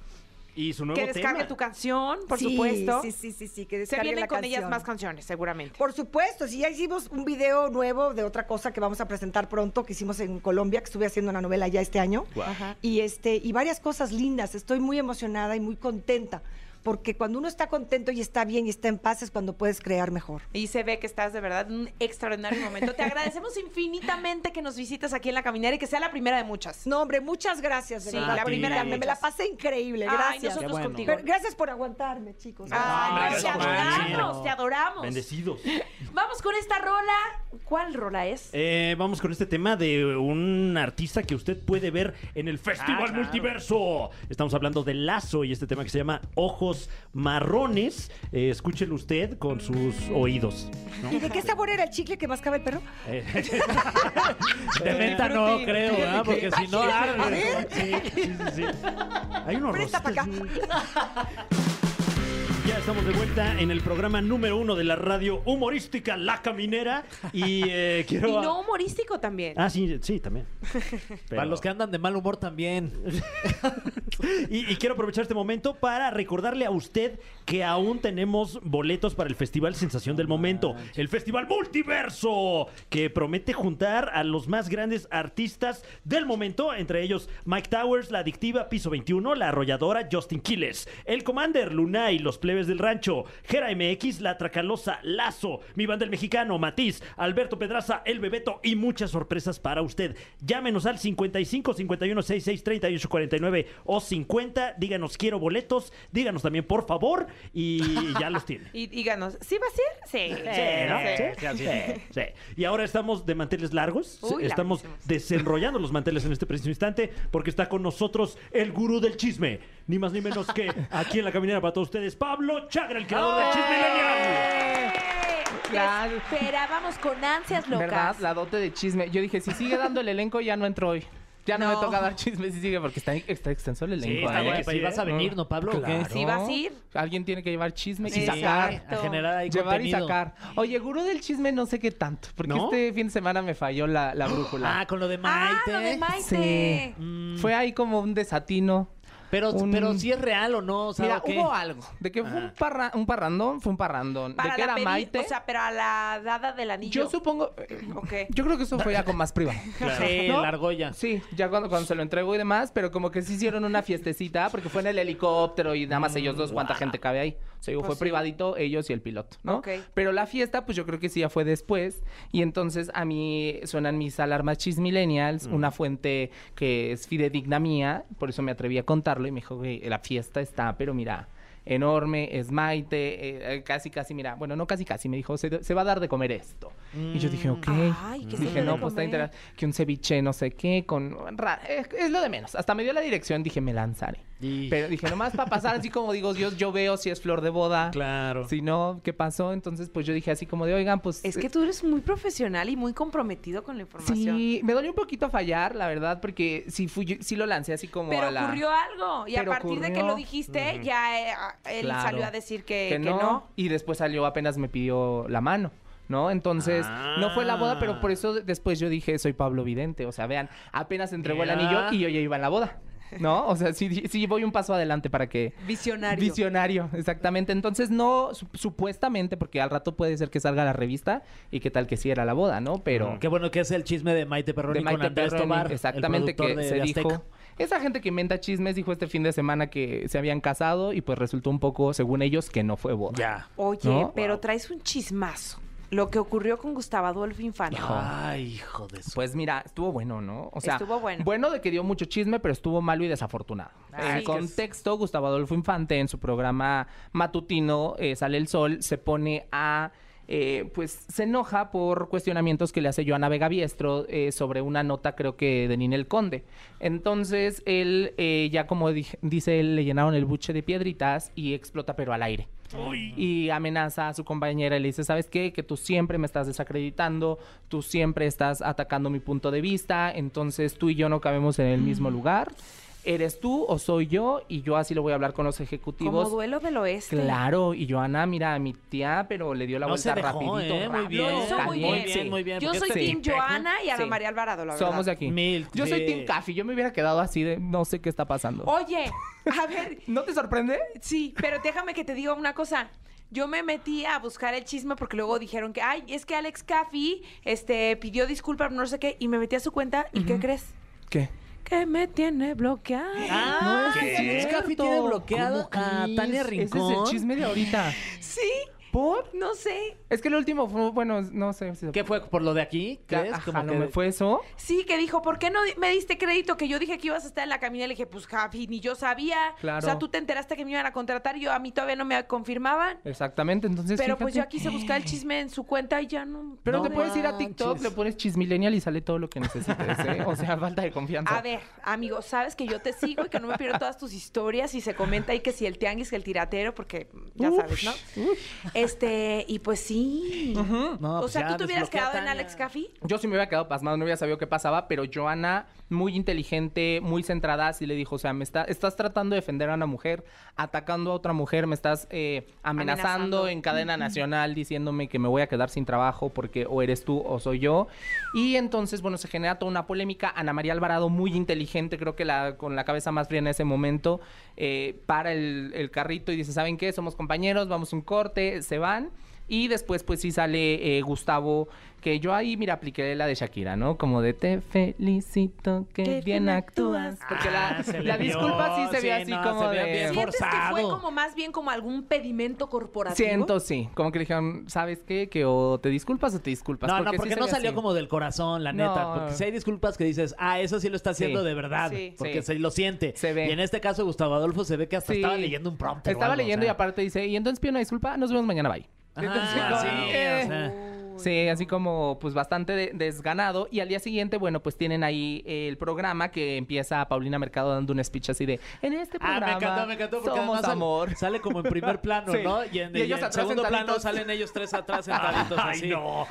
Speaker 3: Y su nuevo
Speaker 2: Que descargue
Speaker 3: tema.
Speaker 2: tu canción, por
Speaker 6: Sí,
Speaker 2: supuesto.
Speaker 6: Sí, sí, sí, sí, que
Speaker 2: Se
Speaker 6: descarguen
Speaker 2: vienen
Speaker 6: la
Speaker 2: con ellas
Speaker 6: canción.
Speaker 2: más canciones, seguramente.
Speaker 6: Por supuesto, si ya hicimos un video nuevo de otra cosa que vamos a presentar pronto, que hicimos en Colombia, que estuve haciendo una novela ya este año.
Speaker 3: Guau.
Speaker 2: Ajá.
Speaker 6: Y este, y varias cosas lindas. Estoy muy emocionada y muy contenta. Porque cuando uno está contento y está bien y está en paz es cuando puedes crear mejor.
Speaker 2: Y se ve que estás de verdad en un extraordinario momento. Te agradecemos infinitamente que nos visites aquí en La Caminera y que sea la primera de muchas.
Speaker 6: No, hombre, muchas gracias. de
Speaker 2: Sí,
Speaker 6: verdad.
Speaker 3: la primera de
Speaker 6: Me, me la
Speaker 2: muchas.
Speaker 6: pasé increíble.
Speaker 2: Ay,
Speaker 6: Gracias.
Speaker 2: nosotros
Speaker 3: bueno.
Speaker 2: contigo.
Speaker 6: Pero gracias por aguantarme, chicos.
Speaker 2: Ay,
Speaker 3: Gracias
Speaker 2: te
Speaker 3: por venir.
Speaker 2: adoramos, te adoramos.
Speaker 3: Bendecidos.
Speaker 2: Vamos con esta rola. ¿Cuál rola es?
Speaker 3: Eh, vamos con este tema de un artista que usted puede ver en el Festival
Speaker 2: Ah,
Speaker 4: claro.
Speaker 3: Multiverso. Estamos hablando de Lazo y este tema que se llama Ojos Marrones. Eh, escúchelo usted con sus oídos. ¿no?
Speaker 6: ¿Y de qué sabor era el chicle que mascaba el perro?
Speaker 3: Eh,
Speaker 4: De menta no creo, ¿verdad? Porque si no.
Speaker 6: A ver.
Speaker 3: sí, sí, sí, sí. Hay unos
Speaker 6: Presta para acá.
Speaker 3: rositas, ¿no? Ya estamos de vuelta en el programa número uno de la radio humorística La Caminera. Y eh, quiero.
Speaker 2: Y no humorístico también.
Speaker 3: Ah, sí, sí, también.
Speaker 4: Para los que andan de mal humor también.
Speaker 3: Y, y quiero aprovechar este momento para recordarle a usted que aún tenemos boletos para el Festival Sensación del Momento, el Festival Multiverso, que promete juntar a los más grandes artistas del momento, entre ellos Mike Towers, La Adictiva, Piso 21, La Arrolladora, Justin Quiles, El Commander, Lunay, Los Plebes del Rancho, Gera MX, La Tracalosa, Lazo, Mi Banda el Mexicano, Matiz, Alberto Pedraza, El Bebeto y muchas sorpresas para usted. Llámenos al 55 51 66 38 49 o 50. Díganos quiero boletos. Díganos también por favor y ya los tiene.
Speaker 2: Y díganos, ¿sí va a ser? Sí.
Speaker 3: Sí, ¿no?
Speaker 2: Sí.
Speaker 3: Sí, sí, sí, sí. Y ahora estamos de manteles largos.
Speaker 2: Uy,
Speaker 3: estamos
Speaker 2: larguísimos.
Speaker 3: desenrollando los manteles en este preciso instante porque está con nosotros el gurú del chisme. Ni más ni menos que aquí en la caminera para todos ustedes, Pablo Chagra, el creador del chisme. Millennial.
Speaker 2: Claro. Esperábamos con ansias locas.
Speaker 8: ¿Verdad? La dote de chisme. Yo dije, si sigue dando el elenco, ya no entro hoy. Ya no,
Speaker 2: No.
Speaker 8: me toca dar chisme si sigue, porque está, está extenso el elenco.
Speaker 3: está
Speaker 8: ¿eh?
Speaker 3: bueno,
Speaker 4: Si vas a venir, ¿no, Pablo?
Speaker 8: Claro.
Speaker 4: ¿O qué?
Speaker 2: Sí vas a ir.
Speaker 8: Alguien tiene que llevar chisme
Speaker 2: Sí.
Speaker 8: y sacar.
Speaker 2: Exacto.
Speaker 4: A generar ahí
Speaker 8: Llevar
Speaker 4: contenido.
Speaker 8: y sacar. Oye, gurú del chisme no sé qué tanto, porque
Speaker 3: ¿No?
Speaker 8: este fin de semana me falló la, la brújula.
Speaker 4: Ah, con lo de
Speaker 2: Ah,
Speaker 4: Maite.
Speaker 2: lo de Maite.
Speaker 8: Fue ahí como un desatino.
Speaker 4: Pero,
Speaker 8: Un-
Speaker 4: pero si es real o no, o sea,
Speaker 8: Mira,
Speaker 4: ¿o qué?
Speaker 8: hubo algo. De que fue un,
Speaker 4: Ah.
Speaker 8: parra- un parrandón, fue un parrandón.
Speaker 2: Para
Speaker 8: de que
Speaker 2: la
Speaker 8: era
Speaker 2: peri-
Speaker 8: Maite.
Speaker 2: O sea, para la dada del anillo.
Speaker 8: yo supongo. eh,
Speaker 2: Ok.
Speaker 8: Yo creo que eso fue ya con más privado.
Speaker 4: Sí,
Speaker 8: ¿No?
Speaker 4: la argolla.
Speaker 8: Sí, ya cuando, cuando se lo entregó y demás, pero como que sí hicieron una fiestecita porque fue en el helicóptero y nada más ellos dos, cuánta gente cabe ahí. O sea, digo,
Speaker 2: Pues
Speaker 8: fue
Speaker 2: sí.
Speaker 8: privadito ellos y el piloto, ¿no?
Speaker 2: Ok.
Speaker 8: Pero la fiesta, pues yo creo que sí ya fue después y entonces a mí suenan mis alarmas chismillennials, una fuente que es fidedigna mía, por eso me atreví a contarlo y me dijo que la fiesta está, pero mira... Enorme, es Maite, eh, eh, casi, casi, mira, bueno, no casi, casi, me dijo, se, se va a dar de comer esto. Y yo dije, ok.
Speaker 2: Ay, que se
Speaker 8: Dije,
Speaker 2: debe
Speaker 8: no, pues está
Speaker 2: comer.
Speaker 8: interesante. Que un ceviche, no sé qué, con. ra- Es, es lo de menos. Hasta me dio la dirección, dije, me lanzaré.
Speaker 3: Y-
Speaker 8: Pero dije, nomás para pasar, así como digo, Dios, yo veo si es flor de boda.
Speaker 3: Claro.
Speaker 8: Si no, ¿qué pasó? Entonces, pues yo dije, así como de, oigan, pues.
Speaker 2: Es que
Speaker 8: eh,
Speaker 2: tú eres muy profesional y muy comprometido con la información.
Speaker 8: Sí, me dolió un poquito fallar, la verdad, porque sí, fui, yo- sí lo lancé así como
Speaker 2: Pero
Speaker 8: a la.
Speaker 2: ocurrió algo y a
Speaker 8: Pero
Speaker 2: partir de que
Speaker 8: ocurrió.
Speaker 2: lo dijiste, ya eh, a- él
Speaker 8: Claro.
Speaker 2: salió a decir que,
Speaker 8: que, no, Y después salió apenas me pidió la mano. ¿No? Entonces, no fue la boda, pero por eso de- después yo dije, soy Pablo Vidente. O sea, vean, apenas entregó el anillo y yo ya iba a la boda. ¿No? O sea, sí, sí voy un paso adelante para que...
Speaker 2: Visionario.
Speaker 8: Visionario, exactamente. Entonces, no, su- supuestamente, porque al rato puede ser que salga la revista y qué tal que sí era la boda, ¿no? Pero...
Speaker 4: Mm, Qué bueno que es el chisme de Maite Perroni con
Speaker 8: de Maite
Speaker 4: Andrés
Speaker 8: Perroni,
Speaker 4: Tobar, el
Speaker 8: exactamente, que
Speaker 4: productor de-
Speaker 8: se
Speaker 4: de Azteca.
Speaker 8: dijo... Esa gente que inventa chismes dijo este fin de semana que se habían casado y pues resultó un poco, según ellos, que no fue boda.
Speaker 4: Ya.
Speaker 2: Oye,
Speaker 8: ¿No?
Speaker 2: pero traes un chismazo. Lo que ocurrió con Gustavo Adolfo Infante.
Speaker 4: Ay, hijo de su...
Speaker 8: Pues mira, estuvo bueno, ¿no? O sea,
Speaker 2: Estuvo bueno.
Speaker 8: de que dio mucho chisme, pero estuvo malo y desafortunado.
Speaker 2: Ay,
Speaker 8: en
Speaker 2: es-
Speaker 8: contexto, Gustavo Adolfo Infante en su programa matutino eh, Sale el Sol se pone a eh, pues se enoja por cuestionamientos que le hace Joana Vega Biestro eh, sobre una nota creo que de Ninel Conde. Entonces él eh, ya como dije- dice él, le llenaron el buche de piedritas y explota pero al aire y amenaza a su compañera y le dice, ¿sabes qué? Que tú siempre me estás desacreditando, tú
Speaker 2: Mm.
Speaker 8: siempre estás atacando mi punto de vista, entonces tú y yo no cabemos en el mismo lugar. ¿eres tú o soy yo? Y yo así lo voy a hablar con los ejecutivos.
Speaker 2: Como duelo del oeste.
Speaker 8: Claro, y Joana, mira, mi tía, pero le dio la
Speaker 4: No se
Speaker 8: vuelta
Speaker 4: dejó,
Speaker 8: rapidito.
Speaker 4: ¿eh? Muy
Speaker 8: rápido,
Speaker 4: bien.
Speaker 2: Lo hizo muy bien.
Speaker 8: caliente.
Speaker 4: muy bien,
Speaker 2: Yo
Speaker 4: porque
Speaker 2: soy
Speaker 4: este
Speaker 2: Team
Speaker 4: pendejo-
Speaker 2: Joana y Ana
Speaker 8: Sí.
Speaker 2: María Alvarado, la verdad.
Speaker 8: Somos de aquí.
Speaker 4: Milk
Speaker 8: yo
Speaker 4: tea.
Speaker 8: soy Team Café. Yo me hubiera quedado así de no sé qué está pasando.
Speaker 2: Oye, a ver,
Speaker 8: ¿No te sorprende?
Speaker 2: Sí, pero déjame que te diga una cosa. Yo me metí a buscar el chisme porque luego dijeron que, ay, es que Alex Caffey este, pidió disculpas, no sé qué, y me metí a su cuenta, ¿y qué crees?
Speaker 8: ¿Qué?
Speaker 2: Que me tiene bloqueada.
Speaker 8: Pues,
Speaker 4: Ah, Alex Caffey tiene bloqueado
Speaker 8: ¿Cómo
Speaker 4: a
Speaker 8: crees?
Speaker 4: Tania Rincón.
Speaker 8: Ese es el chisme de ahorita.
Speaker 2: Sí,
Speaker 8: ¿Por?
Speaker 2: no sé.
Speaker 8: Es que el último fue, bueno, no sé. si se-
Speaker 4: ¿Qué fue? ¿Por lo de aquí? ¿Crees?
Speaker 8: Ajá,
Speaker 4: Como
Speaker 8: no
Speaker 4: que-
Speaker 8: me fue eso.
Speaker 2: Sí, que dijo, ¿por qué no di- me diste crédito que yo dije que ibas a estar en la camina? Y le dije, pues Caffey, ni yo sabía.
Speaker 8: Claro.
Speaker 2: O sea, tú te enteraste que me iban a contratar y yo a mí todavía no me confirmaban.
Speaker 8: Exactamente, entonces
Speaker 2: Pero pues
Speaker 8: fíjate.
Speaker 2: yo aquí se busca el chisme en su cuenta y ya no.
Speaker 8: Pero
Speaker 2: no
Speaker 8: te
Speaker 2: de-
Speaker 8: puedes ir a TikTok,
Speaker 4: manches.
Speaker 8: le pones chismilenial y sale todo lo que necesites, ¿eh? O sea, falta de confianza.
Speaker 2: A ver, amigo, sabes que yo te sigo y que no me pierdo todas tus historias y se comenta ahí que si el tianguis, que el tiratero, porque ya sabes, ¿no? Este, y pues sí.
Speaker 4: No,
Speaker 2: o
Speaker 4: pues
Speaker 2: sea,
Speaker 4: ya,
Speaker 2: ¿tú te hubieras
Speaker 4: desbloquea a
Speaker 2: quedado en
Speaker 4: Tania.
Speaker 2: Alex Caffey?
Speaker 8: Yo sí me hubiera quedado pasmado, no hubiera sabido qué pasaba, pero Joana, muy inteligente, muy centrada, sí le dijo, o sea, me está, estás tratando de defender a una mujer, atacando a otra mujer, me estás eh, amenazando,
Speaker 2: Amenazando.
Speaker 8: en cadena nacional diciéndome que me voy a quedar sin trabajo porque o eres tú o soy yo. Y entonces, bueno, se genera toda una polémica. Ana María Alvarado, muy inteligente, creo que la, con la cabeza más fría en ese momento, eh, para el, el carrito y dice, ¿saben qué? Somos compañeros, vamos a un corte, se van. Y después, pues sí sale eh, Gustavo, que yo ahí, mira, apliqué la de Shakira, ¿no? Como de te felicito, que
Speaker 2: Qué
Speaker 8: bien,
Speaker 2: bien
Speaker 8: actúas.
Speaker 2: actúas.
Speaker 8: Porque la,
Speaker 4: Ah, se
Speaker 8: la
Speaker 4: le vio,
Speaker 8: disculpa sí se
Speaker 4: sí,
Speaker 8: ve así
Speaker 4: no,
Speaker 8: como
Speaker 4: se ve
Speaker 8: de...
Speaker 4: bien
Speaker 2: ¿Sientes que fue
Speaker 4: Forzado.
Speaker 2: como más bien como algún pedimento corporativo?
Speaker 8: Siento, sí. Como que le dijeron, ¿sabes qué? Que o te disculpas o te disculpas.
Speaker 4: No, no,
Speaker 8: sí
Speaker 4: porque
Speaker 8: se
Speaker 4: no
Speaker 8: ve
Speaker 4: salió
Speaker 8: Pues, así.
Speaker 4: como del corazón, la neta.
Speaker 8: No.
Speaker 4: Porque si hay disculpas que dices, ah, eso sí lo está haciendo
Speaker 8: Sí.
Speaker 4: de verdad.
Speaker 2: Sí.
Speaker 4: Porque
Speaker 8: Sí.
Speaker 4: se lo siente.
Speaker 8: Se ve.
Speaker 4: Y en este caso, Gustavo Adolfo se ve que hasta
Speaker 8: Sí.
Speaker 4: estaba leyendo un prompt.
Speaker 8: Estaba leyendo y aparte dice, y entonces pido una disculpa, nos vemos mañana, bye. Entonces, como,
Speaker 4: Ah, sí,
Speaker 8: eh,
Speaker 4: o sea.
Speaker 8: Sí, así como pues bastante de- desganado. Y al día siguiente, bueno, pues tienen ahí eh, el programa que empieza Paulina Mercado dando un speech así de en este
Speaker 4: Ah,
Speaker 8: programa.
Speaker 4: me encantó, me encantó. Porque
Speaker 8: somos
Speaker 4: además sale-
Speaker 8: amor.
Speaker 4: Sale, como en primer plano,
Speaker 8: Sí.
Speaker 4: ¿no? Y en,
Speaker 8: Y
Speaker 4: y
Speaker 8: ellos
Speaker 4: en
Speaker 8: atrás
Speaker 4: segundo plano
Speaker 8: sentaditos.
Speaker 4: salen ellos tres atrás sentaditos así.
Speaker 3: Ay, no.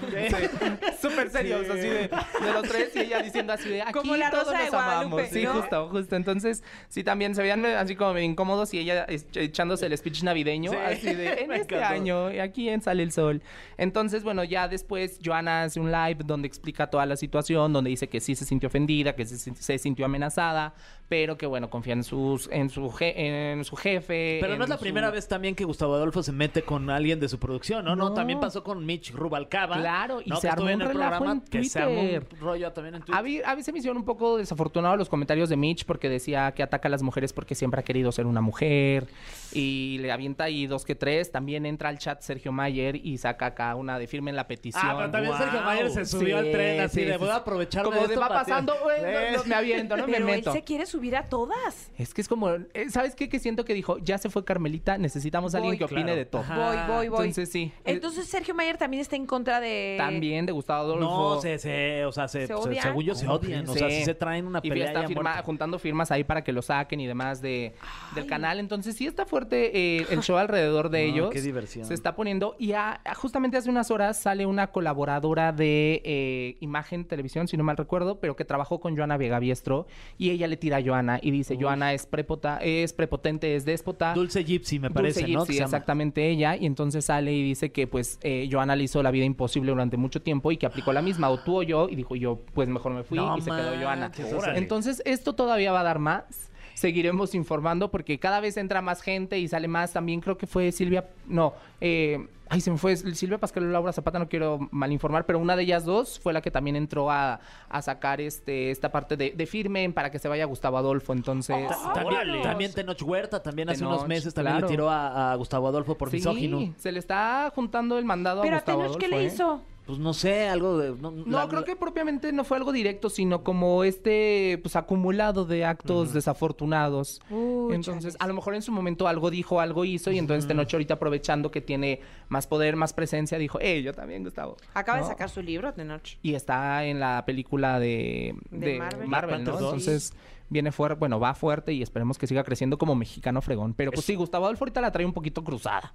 Speaker 8: Súper serios, así de, de los tres, y ella diciendo así de aquí
Speaker 2: Como la
Speaker 8: todos
Speaker 2: Rosa de
Speaker 8: nos amamos.
Speaker 2: Guadalupe,
Speaker 8: Sí,
Speaker 2: ¿no?
Speaker 8: justo, justo. Entonces, sí, también se veían eh, así como medio incómodos y ella es- echándose el speech navideño,
Speaker 4: Sí,
Speaker 8: así de en
Speaker 4: me
Speaker 8: este
Speaker 4: encantó.
Speaker 8: año, aquí en Sale el Sol. Entonces, bueno, ya después Joana hace un live donde explica toda la situación, donde dice que sí se sintió ofendida, que se, sin- se sintió amenazada, pero que bueno, confía en sus, en su je- en su jefe.
Speaker 4: Pero no
Speaker 8: en
Speaker 4: es la
Speaker 8: su-
Speaker 4: primera vez también que Gustavo Adolfo se mete con alguien de su producción, ¿no? No,
Speaker 8: No.
Speaker 4: también pasó con Mitch Rubalcaba.
Speaker 8: Claro, y
Speaker 4: ¿no?
Speaker 8: se
Speaker 4: Que estuvo
Speaker 8: armó
Speaker 4: en
Speaker 8: un
Speaker 4: el
Speaker 8: relajo
Speaker 4: programa,
Speaker 8: en
Speaker 4: Que se armó un
Speaker 8: Twitter. Ah,
Speaker 4: rollo también en Twitter.
Speaker 8: A mí, a mí se me hicieron un poco desafortunados los comentarios de Mitch porque decía que ataca a las mujeres porque siempre ha querido ser una mujer y le avienta ahí dos que tres. También entra al chat Sergio Mayer y saca acá una de firme en la petición.
Speaker 4: Ah, pero también Sergio
Speaker 3: Wow.
Speaker 4: Mayer se subió
Speaker 8: Sí,
Speaker 4: al tren así
Speaker 8: sí,
Speaker 4: de
Speaker 8: sí,
Speaker 4: voy a
Speaker 8: sí.
Speaker 4: aprovechar
Speaker 8: Como de va pasando, "Uy, no, no, me aviento, no me
Speaker 2: Pero él
Speaker 8: meto.
Speaker 2: se quiere subir a todas.
Speaker 8: Es que es como, eh, ¿sabes qué? Que siento que dijo, ya se fue Carmelita, necesitamos a alguien
Speaker 2: Voy.
Speaker 8: que opine
Speaker 4: Claro.
Speaker 8: de todo.
Speaker 4: Ajá.
Speaker 2: voy, voy, voy.
Speaker 8: Entonces sí. Eh,
Speaker 2: Entonces Sergio Mayer también está en contra de...
Speaker 8: también de Gustavo Adolfo.
Speaker 4: No, se, se, o sea, se,
Speaker 2: ¿Se
Speaker 4: se-
Speaker 2: odian?
Speaker 4: según yo se
Speaker 8: ¿Cómo
Speaker 4: odian, o
Speaker 8: crees?
Speaker 4: sea,
Speaker 8: Sí.
Speaker 4: sí se traen una
Speaker 8: Y
Speaker 4: pelea
Speaker 8: está
Speaker 4: ya
Speaker 8: firma-
Speaker 4: muerta.
Speaker 8: juntando firmas ahí para que lo saquen y demás de, del canal. Entonces sí está fuerte eh, el show alrededor de
Speaker 4: No,
Speaker 8: ellos.
Speaker 4: qué diversión.
Speaker 8: Se está poniendo. Y a- a- justamente hace unas horas sale una colaboradora de eh, Imagen Televisión, si no mal recuerdo, pero que trabajó con Joana Vega Biestro. Y ella le tira a Joana y dice, Joana es, prepota, es prepotente, es déspota.
Speaker 4: Dulce Gypsy me parece,
Speaker 8: Dulce
Speaker 4: ¿no?
Speaker 8: Gypsy,
Speaker 4: Que se llama.
Speaker 8: exactamente ella. Y entonces sale y dice que pues eh, Joana le hizo la vida imposible durante mucho tiempo y que aplicó la misma, o tú o yo, y dijo yo, pues mejor me fui
Speaker 4: No
Speaker 8: y se quedó Joana.
Speaker 4: manches, órale.
Speaker 8: Entonces esto todavía va a dar más. Seguiremos informando porque cada vez entra más gente y sale más. También creo que fue Silvia, no, eh, ay, se me fue Silvia Pascal o Laura Zapata, no quiero malinformar, pero una de ellas dos fue la que también entró a, a sacar este esta parte de, de firmen para que se vaya Gustavo Adolfo. Entonces,
Speaker 4: También,
Speaker 3: Órale.
Speaker 4: también Tenoch Huerta, también hace
Speaker 8: Tenoch,
Speaker 4: unos meses también
Speaker 8: claro.
Speaker 4: le tiró a, a Gustavo Adolfo por
Speaker 8: Sí,
Speaker 4: misógino.
Speaker 8: se le está juntando el mandado
Speaker 2: Pero
Speaker 8: a
Speaker 2: a
Speaker 8: Gustavo
Speaker 2: Tenoch, ¿qué
Speaker 8: Adolfo,
Speaker 2: le
Speaker 8: ¿eh?
Speaker 2: hizo?
Speaker 4: Pues no sé, algo de... No,
Speaker 8: No,
Speaker 4: la-
Speaker 8: creo que propiamente no fue algo directo, sino como este pues acumulado de actos desafortunados.
Speaker 2: Uy,
Speaker 8: entonces,
Speaker 2: chales.
Speaker 8: a lo mejor en su momento algo dijo, algo hizo, y entonces esta noche ahorita aprovechando que tiene más poder, más presencia, dijo, eh, yo también, Gustavo.
Speaker 2: Acaba
Speaker 8: ¿No?
Speaker 2: de sacar su libro, Tenoch.
Speaker 8: Y está en la película de,
Speaker 2: De
Speaker 8: de Marvel,
Speaker 2: Marvel.
Speaker 8: ¿no?
Speaker 4: Panther 2.
Speaker 8: Entonces viene fuerte, bueno, va fuerte y esperemos que siga creciendo como mexicano fregón. Pero pues sí, Gustavo Adolfo ahorita la trae un poquito cruzada.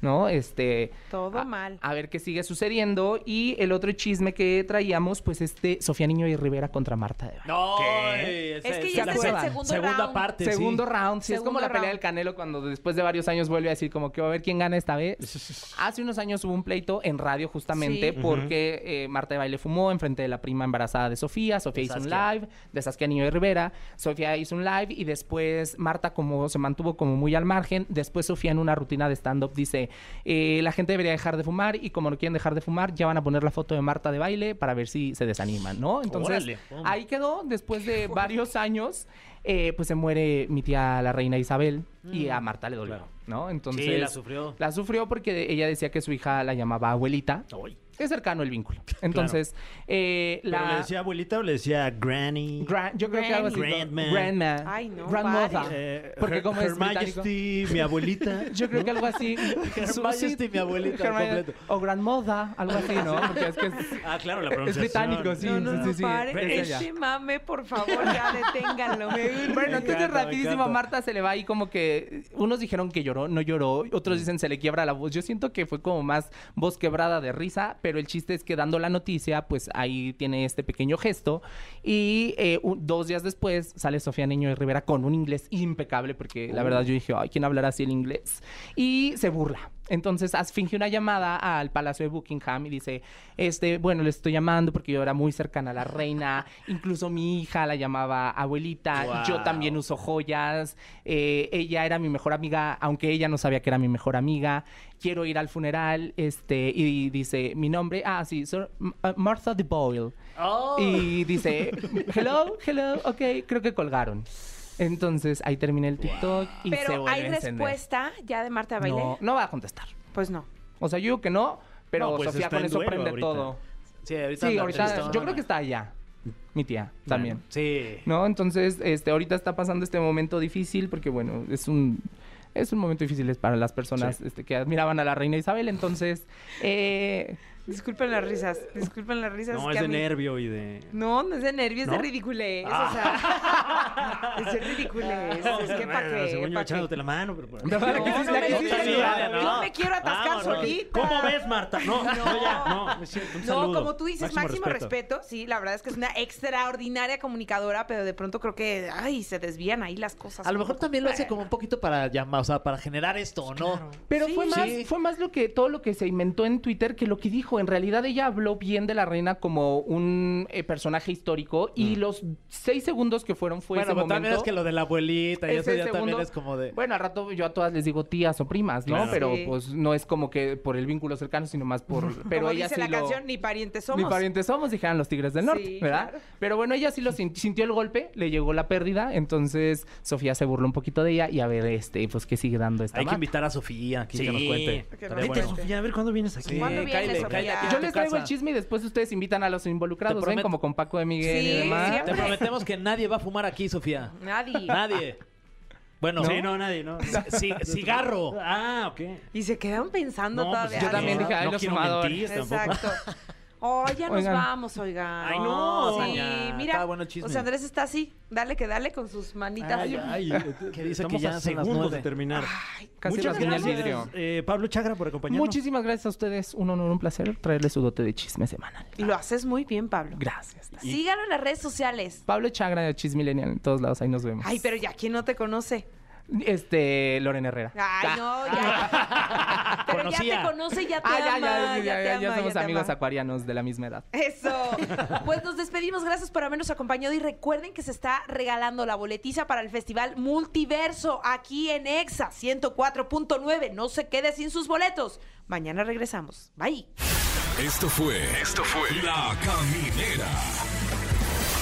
Speaker 8: ¿no? Este,
Speaker 2: Todo
Speaker 8: a-
Speaker 2: mal.
Speaker 8: A ver qué sigue sucediendo. Y el otro chisme que traíamos, pues este, Sofía Niño y Rivera contra Marta de Baile.
Speaker 4: No,
Speaker 3: ¿Qué?
Speaker 4: esa-
Speaker 2: Es que
Speaker 4: esa
Speaker 2: ya
Speaker 8: la
Speaker 2: este es el
Speaker 8: juegan.
Speaker 2: segundo
Speaker 4: segunda
Speaker 2: round.
Speaker 4: parte. sí.
Speaker 8: Segundo round, sí, es como
Speaker 2: Segundo
Speaker 8: la pelea
Speaker 2: round.
Speaker 8: del Canelo cuando después de varios años vuelve a decir como que va a ver quién gana esta vez. Hace unos años hubo un pleito en radio justamente
Speaker 2: Sí.
Speaker 8: porque eh, Marta de Baile fumó enfrente de la prima embarazada de Sofía, Sofía
Speaker 3: De
Speaker 8: hizo un
Speaker 3: Saskia.
Speaker 8: live, de Saskia Niño de Rivera, Sofía hizo un live y después Marta como se mantuvo como muy al margen, después Sofía en una rutina de stand-up dice, eh, la gente debería dejar de fumar y como no quieren dejar de fumar ya van a poner la foto de Marta de Baile para ver si se desaniman, ¿no?
Speaker 3: Órale.
Speaker 8: Entonces, ahí quedó, después de varios años, eh, pues se muere mi tía la reina Isabel y a Marta le dolió,
Speaker 3: Mm. Claro.
Speaker 8: ¿no? Entonces,
Speaker 3: Sí, la sufrió.
Speaker 8: La sufrió porque ella decía que su hija la llamaba abuelita.
Speaker 3: Ay.
Speaker 8: Es cercano el vínculo. Entonces, eh,
Speaker 3: ¿Pero le
Speaker 8: la...
Speaker 3: decía abuelita o le decía granny?
Speaker 8: gran- yo creo que algo así.
Speaker 3: Grandma.
Speaker 8: ¿no? Grandma.
Speaker 2: Ay, no,
Speaker 8: Grandmother.
Speaker 2: padre.
Speaker 3: Eh,
Speaker 8: Porque
Speaker 3: Her-
Speaker 8: como
Speaker 3: Her
Speaker 8: es británico-
Speaker 3: Majesty, mi abuelita.
Speaker 8: Yo creo que algo así. Su-
Speaker 4: Majesty, mi abuelita,
Speaker 8: Her Majesty.
Speaker 4: completo.
Speaker 8: O grandmoda, algo así, ¿no? Porque es que es,
Speaker 3: Ah, claro, la
Speaker 8: es
Speaker 3: pronunciación.
Speaker 8: británico, sí.
Speaker 2: No, no,
Speaker 8: sí,
Speaker 2: no,
Speaker 8: sí, sí,
Speaker 2: pare.
Speaker 8: es de allá.
Speaker 2: Este mame, por favor, ya deténganlo.
Speaker 8: Bueno,
Speaker 3: Me
Speaker 8: entonces
Speaker 3: encanta, me
Speaker 8: rapidísimo a
Speaker 3: encanta.
Speaker 8: Marta se le va ahí como que unos dijeron que lloró, no lloró, otros dicen se le quiebra la voz. Yo siento que fue como más voz quebrada de risa, pero el chiste es que dando la noticia, pues ahí tiene este pequeño gesto y eh, un- dos días después sale Sofía Niño de Rivera con un inglés impecable porque
Speaker 3: Uh.
Speaker 8: la verdad yo dije, ay, ¿quién hablará así el inglés? Y se burla. Entonces as- finge una llamada al Palacio de Buckingham y dice, este, bueno, le estoy llamando porque yo era muy cercana a la reina, incluso mi hija la llamaba abuelita, yo
Speaker 3: Guau.
Speaker 8: también uso joyas, eh, ella era mi mejor amiga, aunque ella no sabía que era mi mejor amiga, quiero ir al funeral, este, y dice, mi nombre, ah, sí, sir, M- uh, Martha de Boyle. Y dice, hello, hello, ok, creo que colgaron. Entonces ahí termina el TikTok y se
Speaker 2: Pero
Speaker 8: vuelve
Speaker 2: hay
Speaker 8: a encender.
Speaker 2: respuesta ya de Marta de Baile.
Speaker 8: No, no va a contestar.
Speaker 2: Pues no.
Speaker 8: O sea, yo digo que no, pero
Speaker 3: No, pues
Speaker 8: Sofía
Speaker 3: está
Speaker 8: con
Speaker 3: en
Speaker 8: eso
Speaker 3: duelo
Speaker 8: prende
Speaker 3: ahorita.
Speaker 8: todo.
Speaker 4: Sí, ahorita
Speaker 8: Sí,
Speaker 4: anda
Speaker 8: ahorita,
Speaker 4: tristona.
Speaker 8: yo creo que está allá, mi tía, también.
Speaker 4: Sí.
Speaker 8: ¿no? Entonces, este, ahorita está pasando este momento difícil porque, bueno, es un... Es un momento difícil para las personas este, que admiraban a la reina Isabel, entonces... eh,
Speaker 2: Disculpen las risas, disculpen las risas.
Speaker 3: No,
Speaker 2: que
Speaker 3: es
Speaker 2: a
Speaker 3: de
Speaker 2: mí-
Speaker 3: nervio y de...
Speaker 2: No, no es de nervios, es
Speaker 3: ¿No?
Speaker 2: de ridiculez. O sea, es de ridiculez. Es que para
Speaker 3: Ah, Bueno, según
Speaker 2: qué.
Speaker 3: yo
Speaker 2: pa'
Speaker 3: echándote
Speaker 2: qué.
Speaker 3: la mano, pero...
Speaker 8: No,
Speaker 2: no,
Speaker 8: que sí,
Speaker 2: no
Speaker 8: la
Speaker 2: me
Speaker 8: que sí,
Speaker 2: quiero-
Speaker 8: sí,
Speaker 2: yo-
Speaker 8: ya,
Speaker 2: yo me quiero atascar solita.
Speaker 3: ¿Cómo ves, Marta? No, no, ya, no. es cierto, un
Speaker 2: No,
Speaker 3: saludo.
Speaker 2: como tú dices, máximo, respeto. Sí, la verdad es que es una extraordinaria comunicadora, pero de pronto creo que, ay, se desvían ahí las cosas.
Speaker 4: A lo
Speaker 2: un
Speaker 4: mejor
Speaker 2: poco.
Speaker 4: también lo hace como un poquito para llamar, o sea, para generar esto, ¿o ¿no?
Speaker 8: Pero fue
Speaker 4: Sí.
Speaker 8: más,
Speaker 4: Sí.
Speaker 8: fue más lo que todo lo que se inventó en Twitter que lo que dijo. En realidad ella habló bien de la reina como un eh, personaje histórico y los seis segundos que fueron fue
Speaker 4: Mm.
Speaker 3: Pues,
Speaker 4: bueno,
Speaker 8: ese
Speaker 4: pero también
Speaker 8: momento.
Speaker 4: es que lo de la abuelita y
Speaker 8: ese
Speaker 4: eso ya también
Speaker 8: segundo-
Speaker 4: es como de.
Speaker 8: Bueno, al rato yo a todas les digo tías o primas, ¿no?
Speaker 3: Claro.
Speaker 8: Pero
Speaker 2: Sí.
Speaker 8: pues no es como que por el vínculo cercano, sino más por... Pero
Speaker 2: como
Speaker 8: ella
Speaker 2: dice
Speaker 8: sí
Speaker 2: la
Speaker 8: lo-
Speaker 2: canción, ni parientes somos.
Speaker 8: Ni parientes somos, dijeron los Tigres del Norte,
Speaker 2: Sí,
Speaker 8: ¿verdad?
Speaker 2: claro.
Speaker 8: Pero bueno, ella sí lo sin- sintió el golpe, le llegó la pérdida, entonces Sofía se burló un poquito de ella y a ver, este, pues que sigue dando esta
Speaker 4: Hay que
Speaker 8: mata.
Speaker 4: invitar a Sofía aquí que nos cuente.
Speaker 2: Que
Speaker 4: Estaría
Speaker 2: nos
Speaker 3: Vete,
Speaker 2: bueno.
Speaker 3: Sofía, a ver, ¿cuándo vienes aquí?
Speaker 4: Sí.
Speaker 2: ¿Cuándo viene
Speaker 4: cáele,
Speaker 2: Sofía?
Speaker 4: cáele aquí a
Speaker 8: Yo
Speaker 4: tu
Speaker 8: les traigo
Speaker 4: casa.
Speaker 8: el chisme y después ustedes invitan a los involucrados,
Speaker 4: Te
Speaker 8: ven
Speaker 4: prometo-
Speaker 8: como con Paco de Miguel y
Speaker 2: Sí,
Speaker 8: demás.
Speaker 4: Te
Speaker 2: siempre.
Speaker 4: prometemos que nadie va a fumar aquí, Sofía.
Speaker 2: Nadie.
Speaker 4: Nadie. Bueno,
Speaker 3: Sí, no, nadie, no.
Speaker 4: ci- cigarro.
Speaker 3: Ah, ok.
Speaker 2: Y se quedan pensando
Speaker 3: No,
Speaker 2: todavía.
Speaker 3: pues
Speaker 8: Yo también
Speaker 3: no,
Speaker 8: dije, ay,
Speaker 3: no
Speaker 8: los
Speaker 3: quiero
Speaker 8: fumadores.
Speaker 3: mentir tampoco.
Speaker 2: Exacto. Oh, ya nos
Speaker 8: Oigan.
Speaker 2: vamos, oigan. Oh,
Speaker 3: Ay, no.
Speaker 2: Sí,
Speaker 4: Doña,
Speaker 2: mira.
Speaker 4: estaba bueno el
Speaker 2: O
Speaker 4: chisme.
Speaker 2: sea, Andrés está así. Dale que dale con sus manitas.
Speaker 3: Ay, ay, eh,
Speaker 4: que dice
Speaker 3: estamos
Speaker 4: que ya
Speaker 3: a
Speaker 4: son las
Speaker 3: segundos
Speaker 4: nueve.
Speaker 3: de terminar.
Speaker 8: casi
Speaker 3: Muchas
Speaker 8: las nueve y media.
Speaker 3: gracias, eh, Pablo Chagra, por acompañarnos.
Speaker 8: Muchísimas gracias a ustedes, un honor, un placer traerles su dote de chisme semanal.
Speaker 2: Y lo haces muy bien, Pablo.
Speaker 8: Gracias.
Speaker 2: Sígalo en las redes sociales.
Speaker 8: Pablo Chagra de Chis Millennial, en todos lados, ahí nos vemos.
Speaker 2: Ay, pero ya, ¿quién no te conoce?
Speaker 8: Este, Lorena Herrera.
Speaker 2: Ay, no, ya. Pero ya
Speaker 4: Conocía.
Speaker 2: te conoce y ya te
Speaker 8: Ah, ya,
Speaker 2: ama.
Speaker 8: ya, sí,
Speaker 2: ya
Speaker 8: ya,
Speaker 2: te
Speaker 8: ya, ya
Speaker 2: ama,
Speaker 8: somos
Speaker 2: te
Speaker 8: amigos
Speaker 2: ama.
Speaker 8: acuarianos de la misma edad.
Speaker 2: Eso. Pues nos despedimos. Gracias por habernos acompañado y recuerden que se está regalando la boletiza para el Festival Multiverso aquí en EXA 104.9. No se quede sin sus boletos. Mañana regresamos. Bye.
Speaker 1: Esto fue. Esto fue. La Caminera.